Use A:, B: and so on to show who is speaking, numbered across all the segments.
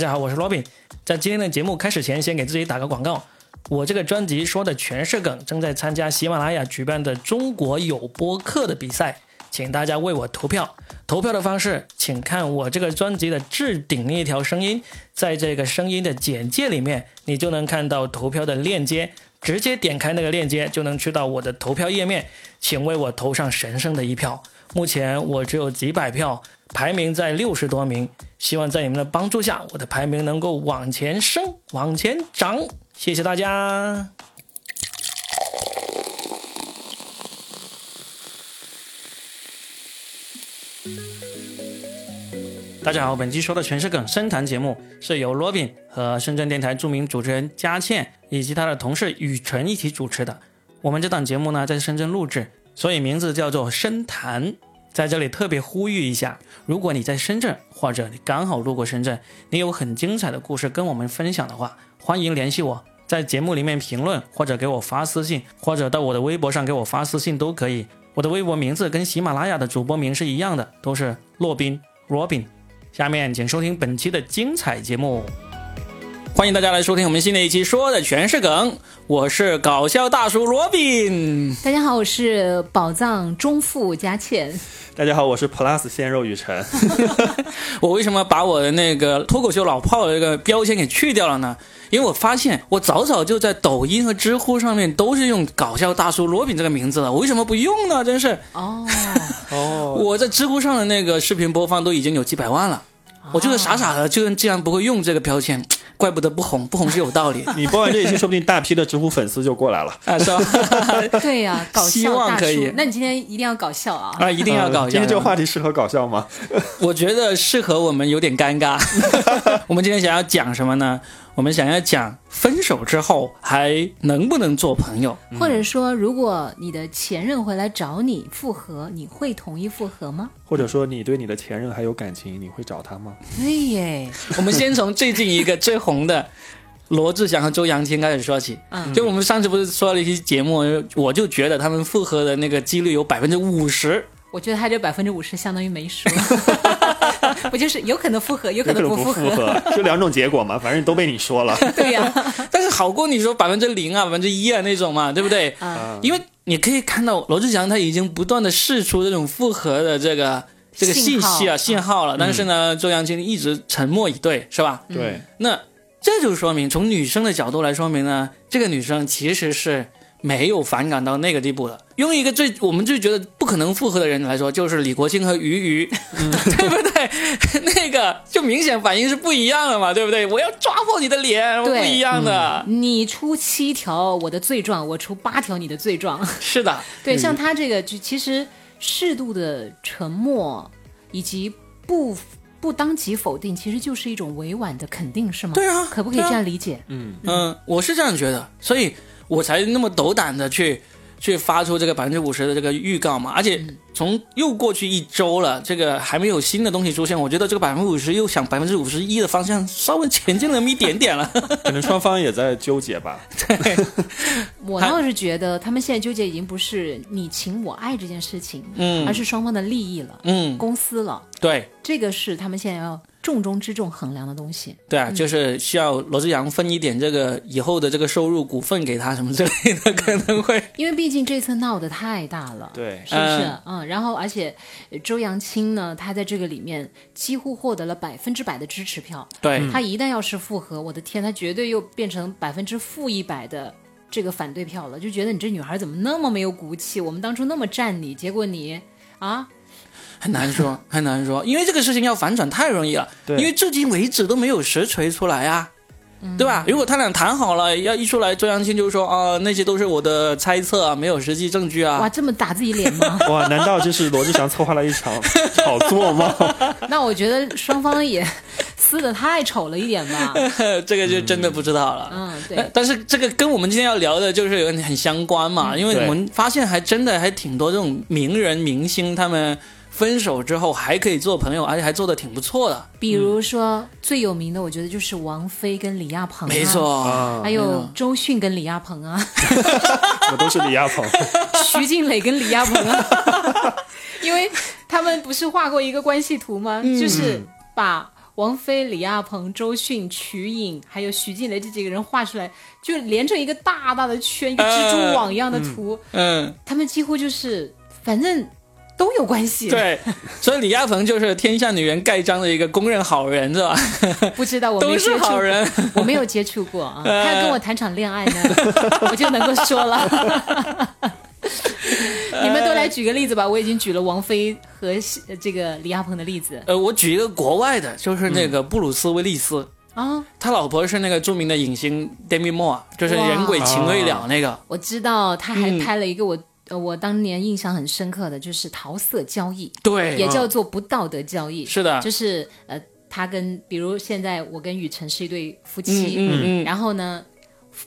A: 大家好，我是 Robin。在今天的节目开始前，先给自己打个广告。我这个专辑说的全是梗，正在参加喜马拉雅举办的中国有播客的比赛，请大家为我投票。投票的方式，请看我这个专辑的置顶那条声音，在这个声音的简介里面，你就能看到投票的链接，直接点开那个链接就能去到我的投票页面。请为我投上神圣的一票。目前我只有几百票，排名在六十多名。希望在你们的帮助下，我的排名能够往前升，往前涨。谢谢大家。大家好，本期说的全是梗深谈节目是由 Robin 和深圳电台著名主持人佳倩以及她的同事雨辰一起主持的。我们这档节目呢在深圳录制，所以名字叫做深谈。在这里特别呼吁一下，如果你在深圳或者你刚好路过深圳，你有很精彩的故事跟我们分享的话，欢迎联系我，在节目里面评论或者给我发私信，或者到我的微博上给我发私信都可以。我的微博名字跟喜马拉雅的主播名是一样的，都是洛宾 Robin。下面请收听本期的精彩节目。欢迎大家来收听我们新的一期，说的全是梗。我是搞笑大叔罗宾。
B: 大家好，我是宝藏中富佳倩。
C: 大家好，我是 Plus 鲜肉雨 辰。
A: 我为什么把我的那个脱口秀老炮的这个标签给去掉了呢？因为我发现我早早就在抖音和知乎上面都是用搞笑大叔罗宾这个名字了，我为什么不用呢？真是，
B: 哦，
C: 哦，
A: 我在知乎上的那个视频播放都已经有几百万了，
B: 哦
A: 我就是傻傻的，就竟然不会用这个标签，怪不得不红，不红是有 道理
C: 你播完这一期，说不定大批的知乎粉丝就过来了。
A: 啊，是吧？
B: 对呀、搞
A: 希
B: 笑
A: 望
B: 大
A: 可以
B: 叔。那你今天一定要搞笑啊！
A: 啊，一定要搞
C: 嗯
A: 笑。
C: 今天这个话题适合搞笑吗？
A: 我觉得适合我们有点尴尬。我们今天想要讲什么呢？我们想要讲分手之后还能不能做朋友？
B: 或者说，如果你的前任回来找你复合，你会同意复合吗？
C: 或者说你对你的前任还有感情，你会找他 吗？
B: 对耶，
A: 我们先从最近一个最红的罗志祥和周扬青开始说起。
B: 嗯
A: 就我们上次不是说了一期节目，我就觉得他们复合的那个几率有百分之五十。
B: 我觉得他这百分之五十相当于没 说，我就是有可能复合，有可
C: 有可
B: 能
C: 能
B: 不
C: 不
B: 复
C: 复
B: 合。
C: 合，就两种结果 嘛，反正都被你说了。
B: 对呀、
A: 但是好过你说百分之零啊、百分之一啊那嗯种嘛，对不对？
B: 啊，
A: 因为你可以看到罗志祥他已经不断的试出这种复合的这个这个
B: 信
A: 信
B: 号嗯
A: 息啊、信号了，但是呢，周扬青一直沉默以对，是吧？
C: 对，
A: 那这就说明，从女生的角度来说明呢，这个女生其实是没有反感到那个地步的。用一个最我们最觉得不可能复合的人来说，就是李国庆和俞渝， 对不对？那个就明显反应是不一样的嘛，对不对？我要抓破你的脸，不
B: 对
A: 一样的，
B: 你出七条我的罪状，我出八条你的罪状。
A: 是的，
B: 对，像他这个，就其实适度的沉默以及不不当即否定，其实就是一种委婉的肯定，是吗？
A: 对啊
B: 可不可以
A: 对啊
B: 这样理解？
A: 嗯，我是这样觉得，所以我才那么斗胆的去去发出这个百分之五十的这个预告嘛。而且从又过去一周了，这个还没有新的东西出现，我觉得这个百分之五十又向百分之五十一的方向稍微前进了那么一点点了。
C: 可能双方也在纠结吧。
B: 我倒是觉得他们现在纠结已经不是你情我爱这件事情，
A: 嗯
B: 而是双方的利益了，
A: 嗯，
B: 公司了，
A: 对
B: 这个是他们现在要重中之重衡量的东西。
A: 对啊，就是需要罗志祥分一点这个以后的这个收入股份给他什么之类的，可能会
B: 因为毕竟这次闹得太大了，
C: 对
B: 是不是？
A: 嗯
B: 嗯然后而且呃周扬青呢，他在这个里面几乎获得了百分之百的支持票。
A: 对。
B: 他一旦要是复合，我的天，他绝对又变成百分之负一百的这个反对票了，就觉得你这女孩怎么那么没有骨气？我们当初那么站你，结果你啊，
A: 很难说， 很难说，因为这个事情要反转太容易了，
C: 对
A: 因为至今为止都没有实锤出来啊，
B: 嗯
A: 对吧？如果他俩谈好了，要一出来，周扬青就说啊、那些都是我的猜测啊，没有实际证据
B: 哇，
A: 啊。
B: 这么打自己脸吗？
C: 哇，难道这是罗志祥策划了一场 炒作吗？
B: 那我觉得双方也撕的太丑了一点 吧。
A: 这个就真的不知道了。
B: 嗯，
A: 但
B: 对，
A: 但是这个跟我们今天要聊的就是有很相关嘛，
B: 嗯
A: 因为
C: 对
A: 我们发现还真的还挺多这种名人明星，他们分手之后还可以做朋友，而且还做的挺不错的。
B: 比如说、最有名的，我觉得就是王菲跟李亚鹏、啊，
A: 没，错，
B: 还有周迅跟李亚鹏啊，
C: 我都是李亚 鹏。
B: 徐静蕾跟李亚鹏
A: 嗯
B: 啊，因为他们不是画过一个关系图吗？就是把。王菲、李亚鹏、周迅、瞿颖，还有徐静蕾这几个人画出来，就连成一个大大的圈，一个蜘蛛网一样的图，
A: 嗯，
B: 他们几乎就是，反正都有关系。，
A: 对，所以李亚鹏就是天下女人盖章的一个公认好人，是吧？
B: 不知道我没
A: 都
B: 接
A: 是
B: 触
A: 好
B: 过，
A: 人。
B: 我没有接触过啊。
A: 呃
B: 他要跟我谈场恋爱呢， 我就能够说了。 你们都来举个例子吧，我已经举了王菲和呃这个李亚鹏的例子
A: 呃，我举一个国外的，就是那个布鲁斯威利斯，
B: 啊，
A: 他老婆是那个著名的影星 Demi Moore，就是《人鬼情未了》那个。
B: 我知道他还
A: 嗯
B: 拍了一个我、呃我当年印象很深刻的就是桃色交易，也
A: 对，
B: 叫做不道德交易，
A: 嗯是的，
B: 就是呃他跟比如现在我跟雨辰是一对夫
A: 嗯
B: 妻，
A: 嗯嗯，
B: 然后呢，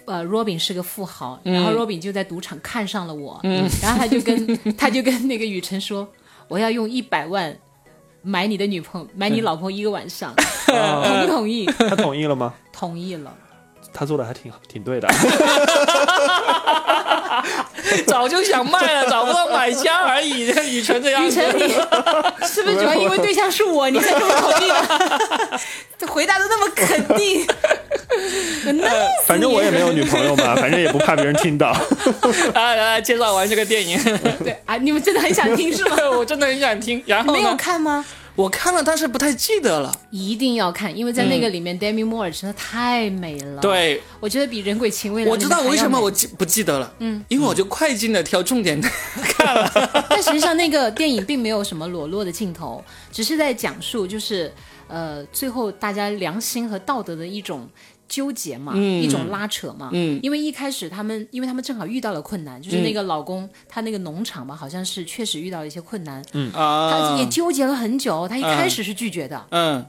B: 呃，Robin 是个富豪，然后 Robin 就在赌场看上了我，
A: 嗯
B: 然后他就跟 他就跟那个雨辰说，我要用一百万买你的女
A: 嗯
B: 朋友，买你老婆一个晚上，
A: 哦
B: 同不同意？
C: 啊他同意了吗？
B: 同意了，
C: 他做的还挺挺对的，
A: 早就想卖了，找不到买家而 已。这雨辰这样
B: 雨
A: 子，
B: 辰，你是不是主要因为对象是我，你才这么同意的？ 这回答的那么肯 定，我弄死
C: 反正我也
B: 你
C: 没有女朋友嘛，反正也不怕别人听 到。
A: 来来来，介绍完这个 电影，
B: 对啊，你们真的很想听是吗？
A: 我真的很想听。然后
B: 没有
A: 呢，
B: 看吗？
A: 我看了，但是不太记得了。
B: 一定要看，因为在那个里面、d e m i Moore 真的太美了。，
A: 嗯对，
B: 我觉得比《人鬼情未了》
A: 啊我知道
B: 那个还
A: 为
B: 要
A: 什么
B: 美
A: 我记不记得了，嗯，因为我就快进的挑重点的，
B: 但实际上那个电影并没有什么裸露的镜头，只是在讲述就是呃，最后大家良心和道德的一种。纠结嘛，一种拉扯嘛，嗯，因为一开始他们，因为他们正好遇到了困难，就是那
A: 嗯
B: 个老公、他那个农场吧，好像是确实遇到了一些困难，
A: 嗯
B: 他也
A: 啊，
B: 纠结了很久，他一开始是拒绝的，
A: 嗯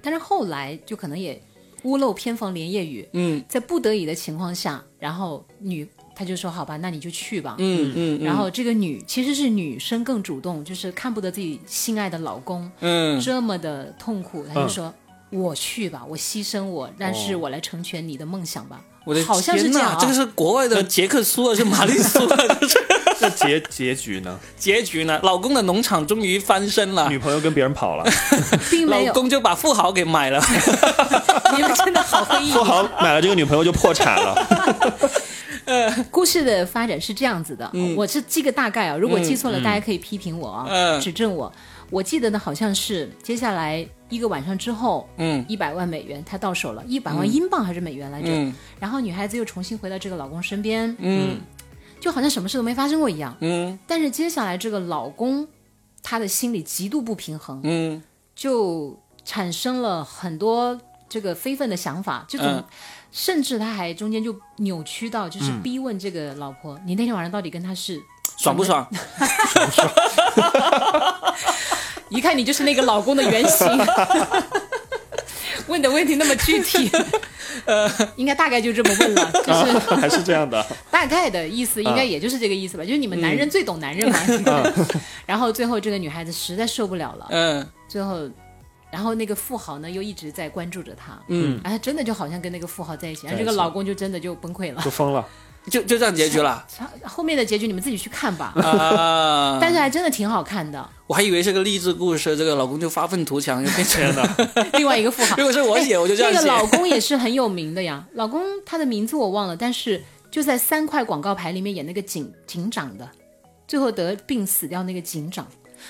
B: 但是后来就可能也屋漏偏逢连夜雨，
A: 嗯
B: 在不得已的情况下，然后女她就说好吧，那你就去吧，
A: 嗯嗯，
B: 然后这个女其实是女生更主动，就是看不得自己心爱的老公、
A: 嗯
B: 这么的痛苦，她就说、我去吧，我牺牲我，但是我来成全你的梦想吧。
A: 哦我的
B: 好像是
A: 天
B: 这
A: 呐
B: 样、啊，
A: 这个是国外的呃杰克苏尔，是 玛丽苏尔，这是
C: 那结结局呢？
A: 结局呢？老公的农场终于翻身了
C: 女，朋友跟别人跑了，
B: 啊并没
A: 老
B: 有。
A: 公就把富豪给 买了。
B: 你们真的好会 意
C: 富豪买了这个女朋友就破产了。
B: 故事的发展是这样子的，我是记个大概啊，如果记错了，大家可以批评我啊，
A: 嗯
B: 指正我。我记得呢，好像是接下来一个晚上之后，
A: 嗯
B: 一百万美元她到手了，一百万英镑还是美元来着？
A: 嗯
B: 然后女孩子又重新回到这个老公身边，
A: 嗯
B: 就好像什么事都没发生过一样。
A: 嗯
B: 但是接下来这个老公，他的心里极度不平衡，
A: 嗯
B: 就产生了很多这个非分的想法，这种、
A: 嗯
B: 甚至他还中间就扭曲到，就是逼问这个老婆，你那天晚上到底跟他是？
A: 爽不爽？
B: 一看你就是那个老公的原 型。问的问题那么具体，呃，啊应该大概就这么问了，就是
C: 还是这样的，
B: 大概的意思，应该也就是这个意思吧，就是你们男人最懂男人嘛。 然后最后这个女孩子实在受不了了，
A: 嗯
B: 最后，然后那个富豪呢又一直在关注着她，嗯，哎，真的就好像跟那个富豪在一起，然后这个老公就真的就崩溃了。
C: 就疯了。
A: 就就这样结局了
B: 后面的结局你们自己去看吧，
A: 啊！
B: 但是还真的挺好看的。
A: 我还以为是个励志故事，这个老公就发愤图强，就变成
C: 天哪，
B: 另外一个富豪哎
A: 如，果是我写，我就这
B: 那
A: 样
B: 个
A: 写。
B: 老公也是很有名的呀，老公他的名字我忘了，但是就在三块广告牌里面演那个警警长的，最后得病死掉那个警长，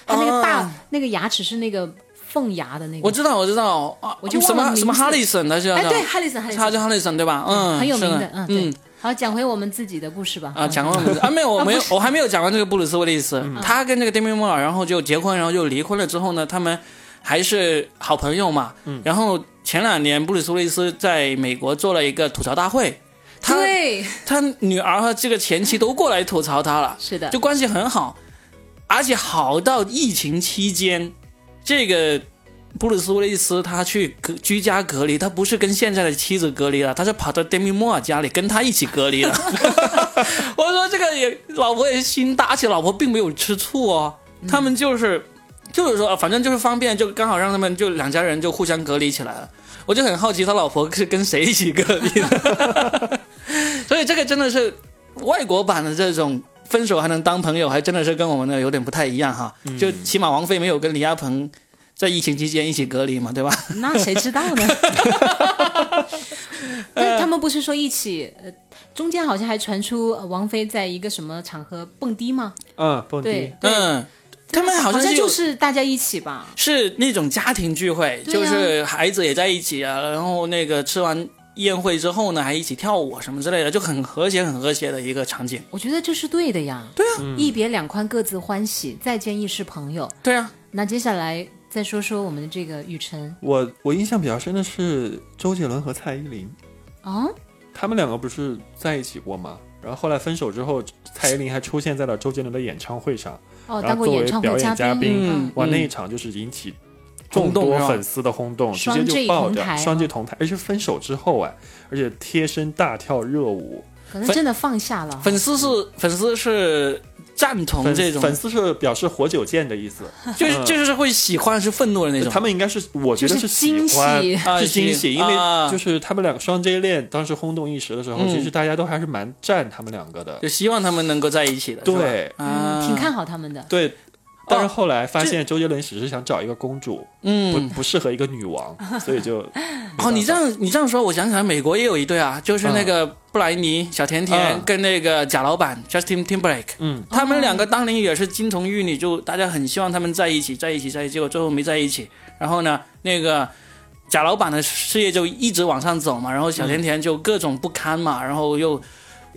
B: 他那个大、
A: 啊
B: 那个牙齿是那个缝牙的那个，
A: 我知道，我知道啊，
B: 我就
A: 什
B: 忘了
A: 么
B: 名字
A: 什么哈里森的是吧？
B: 哎对，哈里森哈里
A: 他
B: 森
A: 叫哈里森对吧？嗯，
B: 很有名
A: 是
B: 的，嗯对。好，讲回我们自己的故事吧。
A: 啊，
B: 嗯
A: 讲完我们的啊，没有，我没有
B: 啊，
A: 我还没有讲完这个布鲁斯威利斯，他跟这个 Demi Moore，然后就结婚，然后就离婚了之后呢，他们还是好朋友嘛。然后前两年布鲁斯威利斯在美国做了一个吐槽大会，他
B: 对，
A: 他女儿和这个前妻都过来吐槽他了，
B: 是的，
A: 就关系很好，而且好到疫情期间，这个布鲁斯威利斯他去隔居家隔离，他不是跟现在的妻子隔离了，他是跑到 Demi Moore 家里跟他一起隔离 了。我说这个也老婆也心大，而且老婆并没有吃醋哦，他们就是。就是说，反正就是方便，就刚好让他们就两家人就互相隔离起来了。我就很好奇，他老婆是跟谁一起隔离 的？ 所以这个真的是外国版的这种分手还能当朋友，还真的是跟我们的有点不太一样哈。就起码王菲没有跟李亚鹏在疫情期间一起隔离嘛，对吧？
B: 那谁知道呢？ 但他们不是说一起，呃，中间好像还传出呃王菲在一个什么场合蹦迪吗？
C: 嗯，蹦迪
B: 对，，
A: 嗯， 他们好
B: 好
A: 像
B: 像
A: 是有
B: 就是大家一起吧。
A: 是那种家庭聚会，
B: 对啊
A: 就是孩子也在一起啊，然后那个吃完宴会之后呢，还一起跳舞啊什么之类的，就很和谐、很和谐的一个场景。
B: 我觉得这是对的呀。对啊，
C: 嗯
B: 一别两宽各自欢喜，再见亦是朋友。
A: 对啊，
B: 那接下来再说说我们的这个雨辰
C: 我我印象比较深的是周杰伦和蔡依林，
B: 啊，
C: 他们两个不是在一起过吗？然后后来分手之后，蔡依林还出现在了周杰伦的演唱会上，
B: 哦，
C: 然后
B: 当过演唱会
C: 啊作为表演嘉宾
B: 嗯
A: 嗯，
C: 哇，那一场就是引起众
A: 轰动
C: 多
A: 是吧
C: 粉丝的轰动，直
B: 双
C: 接
B: 坠
C: 就抱
B: 同台
C: 着
B: 啊
C: 双界同台，而且分手之后哎，而且贴身大跳热舞，
B: 可能真的放下了。
A: 粉丝是粉丝是赞同
C: 粉
A: 这种，
C: 粉丝嗯是表示活久见的意思，
A: 就是就是会喜欢是愤怒的那种。
C: 他们应该是我觉得
B: 就是
C: 喜
B: 惊
C: 欢
B: 喜
A: 啊
C: 是惊喜，因
A: 啊
C: 为就是他们两个双 J 恋当时轰动一时的时候，
A: 嗯
C: 其实大家都还是蛮赞他们两个的，
A: 就希望他们能够在一起的，是吧
C: 对
A: 啊，
B: 嗯，挺看好他们的。
C: 对。但是后来发现周杰伦只是想找一个公主，不
A: 嗯。
C: 不适合一个女 王，所以就
A: 哦，你这样你这样说，我想起来美国也有一对啊，就是那个布莱尼小甜甜
C: 嗯
A: 跟那个贾老板 Justin Timberlake，
C: 嗯，
A: 他们两个当年也是金童玉女，就大家很希望他们在一起，在一起，在一起，结果最后没在一起。然后呢，那个贾老板的事业就一直往上走嘛，然后小甜甜就各种不堪嘛，然后又。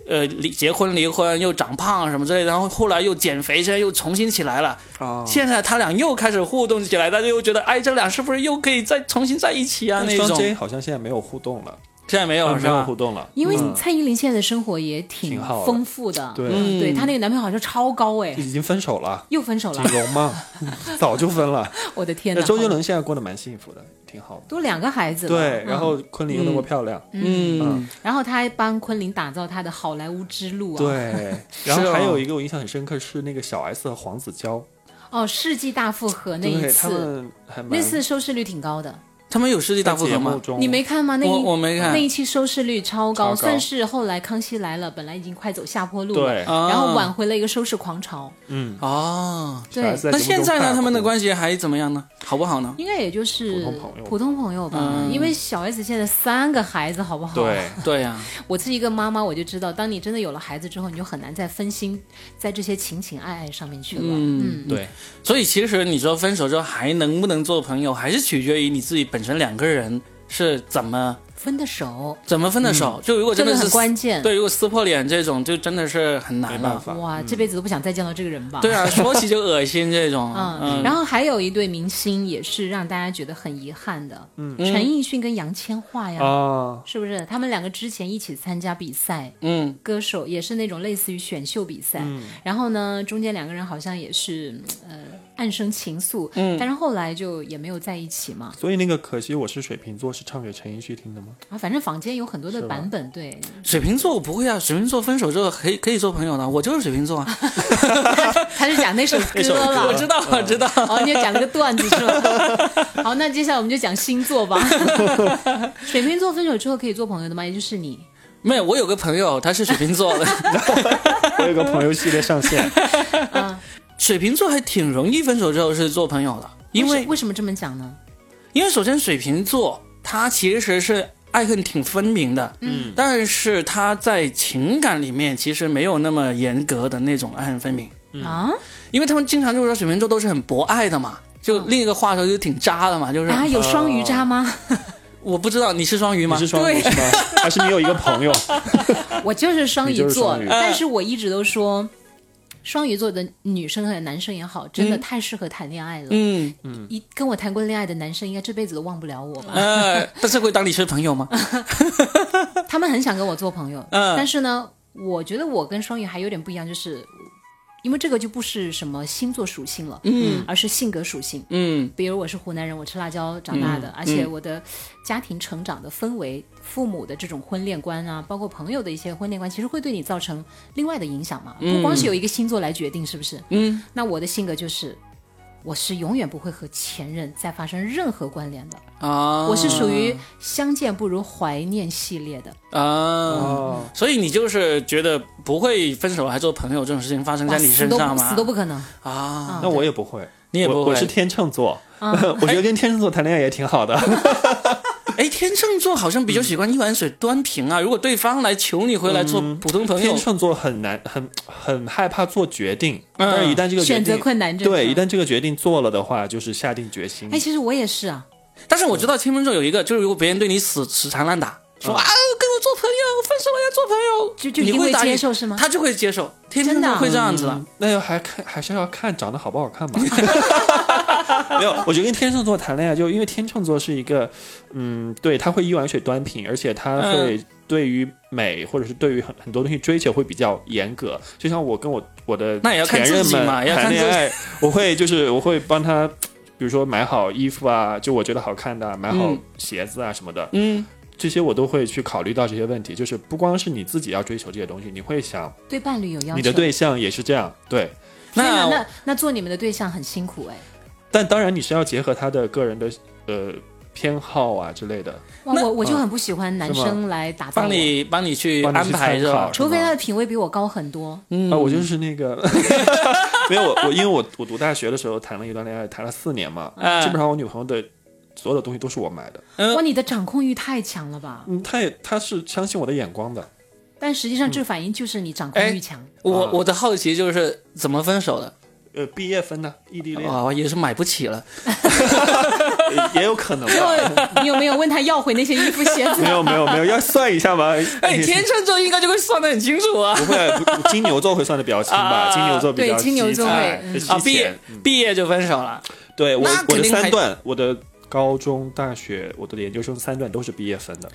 A: 呃，离结婚离婚又长胖什么之类的，然后后来又减肥，现在又重新起来了。
C: 啊
A: 现在他俩又开始互动起来，大家又觉得，哎，这俩是不是又可以再重新在一起啊？那
C: 双
A: 种
C: J 好像现在没有互动了，
A: 现在没有、
C: 啊
A: 是
C: 没有
A: 吧
C: 互？动了，
B: 因为
C: 嗯
B: 蔡依林现在的生活也挺
C: 挺好的
B: 丰富的，
C: 对
B: 嗯对她那个男朋友好像超高哎，
C: 已经分手 了，
B: 又分手
C: 锦
B: 了，
C: 荣嘛，早就分了。
B: 我的天
C: 那
B: 哪！
C: 周杰伦现在过得蛮幸福的，挺好的。
B: 都两个孩子了，
C: 对，
B: 嗯
C: 然后昆凌又那么漂亮，
A: 嗯，
B: 然后他还帮昆凌打造他的好莱坞之路啊，，
C: 对，然后还有一个我印象很深刻是那个小 S 和黄子佼，
B: 哦，世纪大复合那一
C: 对
B: 次，
C: 他们还蛮
B: 那次收视率挺高的，
A: 他们有世纪大复
C: 节
A: 合
C: 目
A: 吗？
C: 中
B: 你没看吗？那一
A: 我我没看
B: 那一期收视率超高，
C: 超高
B: 算是后来《康熙来了》本来已经快走下坡路了，
C: 对，嗯
A: 啊
B: 然后挽回了一个收视狂潮，
A: 哦，
C: 小
B: 对
C: S 在节目中
A: 那现在
C: 大
A: 呢？
C: 火
A: 他们的关系还怎么样呢？好不 好呢？
B: 应该也就是
C: 普通朋友
B: 普通朋友吧，因为小 S 现在三个孩子，好不好？
C: 对，
A: 对呀、
B: 我是一个妈妈，我就知道，当你真的有了孩子之后，你就很难再分心在这些情情爱爱上面去了。嗯，
C: 对，
A: 所以其实你说分手之后还能不能做朋友，还是取决于你自己本身两个人是怎么
B: 分的手，
A: 怎么分的手。
C: 嗯
A: 就如果
B: 这
A: 真
B: 个
A: 的
B: 很
A: 是
B: 关键。
A: 对，如果撕破脸这种，就真的是很
C: 没
A: 难
C: 办
A: 了。
C: 法，
B: 哇，这辈子都不想再见到这个人吧？
A: 对啊，说起就恶心这 种。
B: 嗯，
A: 嗯，
B: 然后还有一对明星也是让大家觉得很遗憾的，嗯，陈奕迅跟杨千嬅呀，
C: 啊，
B: 是不是？他们两个之前一起参加比赛，
A: 嗯，
B: 歌手也是那种类似于选秀比赛，然后呢，中间两个人好像也是呃暗生情愫，嗯，但是后来就也没有在一起嘛。
C: 所以那个可惜我是水瓶座是唱给陈奕迅听的吗？
B: 啊，反正坊间有很多的版本，对，
A: 水瓶座我不会啊，水瓶座分手之后可以可以做朋友的，我就是水瓶座 啊。
B: 他是讲那首歌
C: 首
B: 了，
C: 歌
A: 我知道，我知道。
C: 嗯
B: 哦，你也讲了个段子是吧？好，那接下来我们就讲星座吧。水瓶座分手之后可以做朋友的吗？也就是你，
A: 没有，我有个朋友他是水瓶座的，
C: 我有个朋友系列上线，
A: 水瓶座还挺容易分手之后是做朋友的，因为
B: 什为什么这么讲呢？
A: 因为首先水瓶座他其实是爱恨挺分明的，嗯，但是他在情感里面其实没有那么严格的那种爱恨分明，
B: 啊
A: 因为他们经常就说水瓶座都是很博爱的嘛。
B: 嗯
A: 就另一个话说，就挺渣的嘛，就是、
B: 啊，有双鱼渣吗？
A: 我不知道你是双鱼
C: 你
A: 吗？
C: 是双鱼是吗？还是你有一个朋友？
B: 我就是双鱼
C: 你就是
B: 座，
C: 双鱼
B: 但是我一直都说，双鱼座的女生和男生也好，真的
A: 嗯
B: 太适合谈恋爱了。
A: 嗯，
B: 一跟我谈过恋爱的男生，应该这辈子都忘不了我吧？
A: 呃，但是会当你是朋友吗？
B: 他们很想跟我做朋友，
A: 嗯
B: 但是呢，我觉得我跟双鱼还有点不一样，就是因为这个就不是什么星座属性了，嗯，而是性格属性。
A: 嗯
B: 比如我是湖南人，我吃辣椒长大的，而且我的家庭成长的氛围、父母的这种婚恋观啊，包括朋友的一些婚恋观，其实会对你造成另外的影响嘛。不光是有一个星座来决定，是不是？
A: 嗯，
B: 那我的性格就是，我是永远不会和前任再发生任何关联的，
A: 啊，
B: 我是属于相见不如怀念系列的。
A: 啊，
C: 哦，
A: 所以你就是觉得不会分手还做朋友这种事情发生
B: 哇
A: 在你
B: 死
A: 身
B: 都
A: 上
B: 不
A: 吗
B: 死？都不可能
A: 啊，
B: 啊！
C: 那我
B: 对
C: 也不会，
A: 你也不
C: 我
A: 会
C: 我是天秤座， 我觉得跟天秤座谈恋爱也挺好的。
A: 哎，天秤座好像比较喜欢一碗水端平
B: 嗯
A: 啊。如果对方来求你回来做普通朋友
C: 天，秤座很难，很很害怕做决定，但
A: 嗯
C: 是一旦这个决
B: 选
C: 定
B: 择困难症
C: 对，
B: 是
C: 一
B: 吧
C: 旦这个决定做了的话，就是下定决心
B: 哎，。其实我也是啊，
A: 但是我知道天秤座有一个，就是如果别人对你死死缠烂打，说啊跟我做朋友，分手了要做朋友，
B: 就哦就
A: 你
B: 一定
A: 会
B: 会
A: 答应
B: 接受是吗
A: 他就会接受，天秤
B: 真的
A: 座
B: 啊
A: 会这样子的。
C: 那要还看，还是要看长得好不好看吧。 没有，我觉得跟天秤座谈恋爱，就因为天秤座是一个，嗯，对，他会一碗水端平，而且他
A: 嗯
C: 会对于美或者是对于很很多东西追求会比较严格。就像我跟我我的
A: 那也要看
C: 前任
A: 自己
C: 们
A: 嘛要看
C: 谈恋
A: 自己
C: 爱，我会就是我会帮他，比如说买好衣服啊，就我觉得好看的啊，买好
A: 嗯
C: 鞋子啊什么的，
A: 嗯，
B: 哦
C: 这些我都会去考虑到这些问题。就是不光是你自己要追求这些东西，你会想
B: 对伴侣有要求。
C: 你的对象也是这样，对。
B: 天哪，
A: 那
B: 那那做你们的对象很辛苦哎。
C: 但当然你是要结合他的个人的呃偏好啊之类的，
B: 哇，
A: 那啊
B: 我我就很不喜欢男生来打造
A: 帮
B: 我，
A: 你帮你去
C: 帮你去
A: 安排
C: 参
A: 是吧
C: 考？
B: 除非他的品味比我高很多。
A: 嗯
C: 啊，我就是那 个，没有我我因为我我读大学的时候谈了一段恋爱，谈了四年嘛，
A: 嗯
C: 基本上我女朋友的所有的东西都是我买的，
A: 嗯
B: 哇，你的掌控欲太强了吧？
C: 嗯，她也她是相信我的眼光的，
B: 但实际上
A: 嗯
B: 这反应就是你掌控
A: 哎
B: 欲强。
A: 我
C: 啊
A: 我的好奇就是怎么分手的？
C: 呃，毕业分呢，异地恋、
A: 哇，也是买不起 了。
C: 呃 也有可 能吧，
B: 你有没有问他要回那些衣服鞋子
C: 没？有没有没有，要算一下吧，
A: 哎，天秤座应该就会算得很清 楚啊。
C: 不会，不金牛座会算的比较清吧，
A: 啊
C: 金牛座比较
B: 对金牛座
C: 积
B: 会
C: 攒
B: 嗯
C: 积
A: 啊，毕
C: 钱
A: 业毕业就分手了。
C: 对我
A: 那
C: 我
A: 肯
C: 的
A: 定还
C: 三段，我的高中、大学、我的研究生三段都是毕业分的。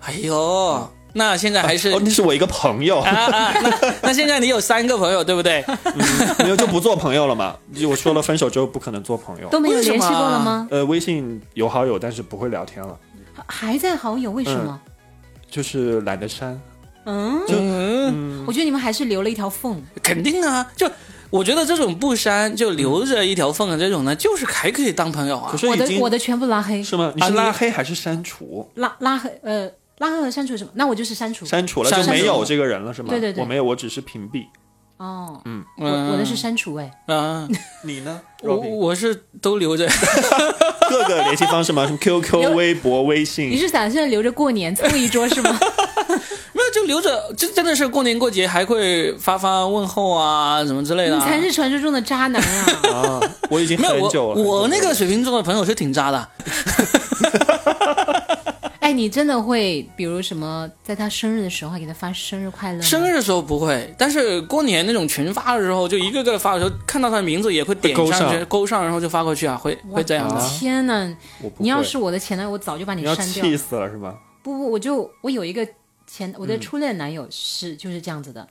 A: 哎呦，那现在还是
C: 嗯哦，那是我一个朋友，
A: 啊啊，那那现在你有三个朋友对不对？
C: 没有就不做朋友了嘛。就我说了分手之后不可能做朋友，
B: 都没有联系过了
A: 啊
B: 吗？
C: 呃，微信有好友，但是不会聊天了，
B: 还在好友，为什么？
C: 就是懒得删。
B: 嗯，
A: 嗯，
B: 我觉得你们还是留了一条缝。
A: 肯定啊，就。我觉得这种不删就留着一条缝的啊这种呢，就是还可以当朋友啊
C: 可。是
B: 我
C: 已
B: 的
C: 经
B: 我的全部拉黑，
C: 是吗？你是
A: 啊
C: 拉
A: 你
C: 黑还是删除？
B: 拉拉黑呃拉黑和删除什么？那我就是删除。
C: 删除了
A: 删
C: 就
A: 除
C: 没有这个人了是吗？
B: 对对对
C: 我没有，我只是屏蔽。
B: 哦，我
A: 嗯
B: 我的是删除哎，
A: 啊，
C: 你呢？
A: 我
C: Robin？
A: 我是都留着，
C: 各个联系方式 吗？什么 QQ、
B: 有
C: 微博、微
B: 你
C: 信？
B: 是打算留着过年凑一桌是吗？
A: 没有就留着，就真的是过年过节还会发发问候啊，什么之类的 啊。
B: 你才是传说中的渣男啊！
C: 啊， 我已经
A: 没
C: 很
A: 有
C: 久
A: 我
C: 了。很久
A: 我那
C: 了
A: 个水瓶座的朋友是挺渣的，
B: 哎，你真的会，比如什么，在他生日的时候还给他发生日快乐吗，
A: 生日的时候不会，但是过年那种群发的时候，就一个个发的时候，看到他的名字也会点
C: 勾
A: 上去，
C: 上
A: 勾上，然后就发过去啊，会
B: 我
A: 会这样
C: 啊
A: 的。
B: 天呐，
C: 我不
B: 你要
C: 会
B: 是我的前男友，我早就把
C: 你
B: 你
C: 要
B: 删掉了。
C: 气死了是吗？
B: 不不，我就我有一个前我的初恋男友是、就是这样子的。
A: 嗯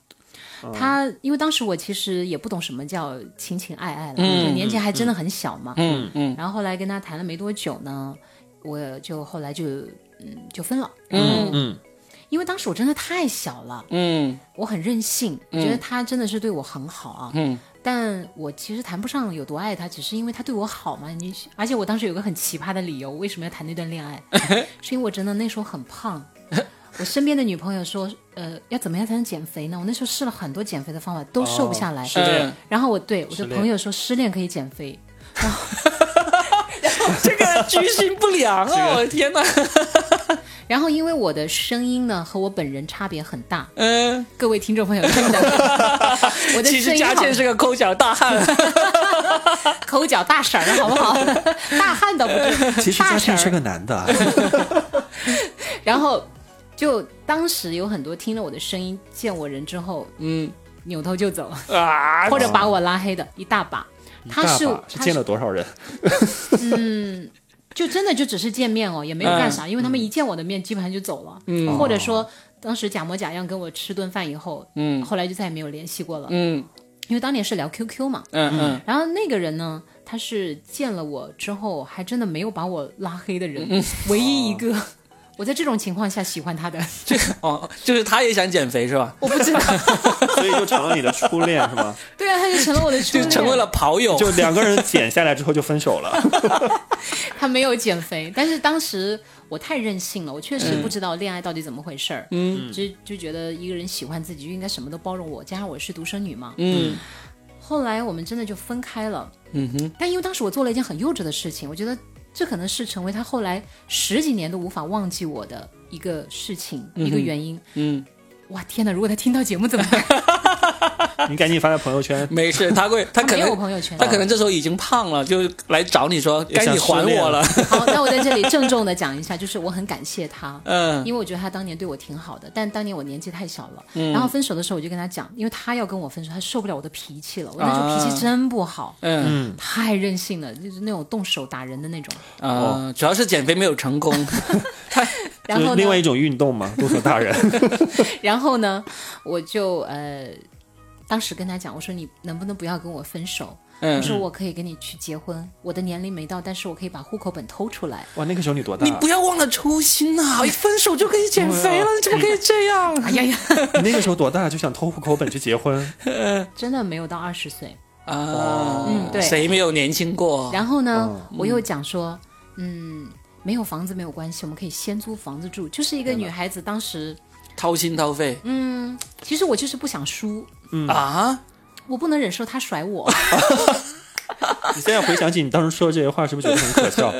B: 他因为当时我其实也不懂什么叫情情爱爱了，
A: 嗯
B: 就年纪还真的很小嘛。
A: 嗯嗯
B: 然后后来跟他谈了没多久呢，我就后来就嗯就分了，
A: 嗯
C: 嗯，
B: 因为当时我真的太小了，
A: 嗯
B: 我很任性，
C: 嗯
B: 我觉得他真的是对我很好啊。
A: 嗯，
B: 但我其实谈不上有多爱他，只是因为他对我好嘛。你而且我当时有个很奇葩的理由，为什么要谈那段 恋爱？是因为我真的那时候很胖。我身边的女朋友说，呃，要怎么样才能减肥呢？我那时候试了很多减肥的方法，都瘦不下来。
C: 哦是这样。
B: 然后我对我
C: 失
B: 的
C: 恋
B: 朋友说，失恋可以减肥。
A: 这个居心不良啊！我的天哪，
B: 然后因为我的声音呢和我本人差别很大，
A: 嗯，
B: 各位听众朋友，真 的，我的
A: 其
B: 声
A: 实
B: 音
A: 佳
B: 好
A: 倩是个抠脚大汉，
B: 抠脚大婶儿，好 不好？大汉倒不至于，
C: 其实
B: 大
C: 嘉
B: 婶
C: 庆
B: 儿
C: 是个男的啊，
B: 然后就当时有很多听了我的声音、见我人之后
A: 嗯
B: 扭头就走，
A: 啊，
B: 或者把我拉黑的一大把。他是
C: 一大把是
B: 他
C: 见
B: 是
C: 了多少人？
B: 就真的就只是见面哦，也没有干
C: 嗯
B: 啥，因为他们一见我的面基本上就走了，
A: 嗯
C: 哦
B: 或者说当时假模假样跟我吃顿饭以后，
A: 嗯
B: 后来就再也没有联系过了，
A: 嗯
B: 因为当年是聊 QQ 嘛。
A: 嗯嗯
B: 然后那个人呢，他是见了我之后，还真的没有把我拉黑的人，唯一一个。我在这种情况下喜欢他的，
A: 哦，就是他也想减肥是吧？
B: 我不知道。
C: 所以就成了你的初恋是吗？
B: 对啊，他就成了我的初
A: 就
B: 恋，
A: 成为了跑友，
C: 就两个人减下来之后就分手 了。
B: 他没有减肥，但是当时我太任性了，我确实不知道恋爱到底怎么回事儿，
A: 嗯
B: 嗯，就就觉得一个人喜欢自己就应该什么都包容我，加上我是独生女嘛，
A: 嗯
B: 后来我们真的就分开了。
A: 嗯哼，
B: 但因为当时我做了一件很幼稚的事情，我觉得这可能是成为他后来十几年都无法忘记我的一个事情，一个原因。
A: 嗯，
B: 哇，天哪！如果他听到节目怎么 办？
C: 你赶紧发在朋友圈。
A: 没事，他会，他可
B: 没有我
A: 能
B: 朋友圈
A: 他。可能这时候已经胖了，就来找你说该你还我了。
B: 好，那我在这里郑重的讲一下，就是我很感谢他。
A: 嗯
B: 因为我觉得他当年对我挺好的，但当年我年纪太小了。
A: 嗯
B: 然后分手的时候，我就跟他讲，因为他要跟我分手，他受不了我的脾气了。我那时
A: 啊
B: 候脾气真不好，
A: 嗯
B: 太任性了，就是那种动手打人的那种。哦
A: 啊，主要是减肥没有成功。
B: 然
C: 就
B: 后呢
C: 是另外一种运动嘛，动手打人。
A: 嗯
B: 然后呢，我就呃，当时跟他讲，我说你能不能不要跟我分手？我
A: 嗯，
B: 说我可以跟你去结婚，我的年龄没到，但是我可以把户口本偷出 来。
C: 哇，那个时候你多大？啊
A: 你
B: 啊
A: 不要忘了初心呐！
B: 哎
A: 一分手就可以减肥了，你怎么可以这样？
B: 哎呀呀，
C: 你那个时候多大就想偷户口本去结 婚？
B: 真的没有到二十岁。
A: 啊，
B: 嗯对
A: 谁没有年轻过？
B: 然后
A: 哦
B: 呢，我又讲说，嗯，没有房子没有关系，我们可以先租房子住。就是一个女孩子，当时
A: 掏心掏肺
B: 嗯，其实我就是不想输，
A: 啊！
B: 我不能忍受他甩 我。
C: 你现在回想起你当时说这些话，是不是觉得很可 笑？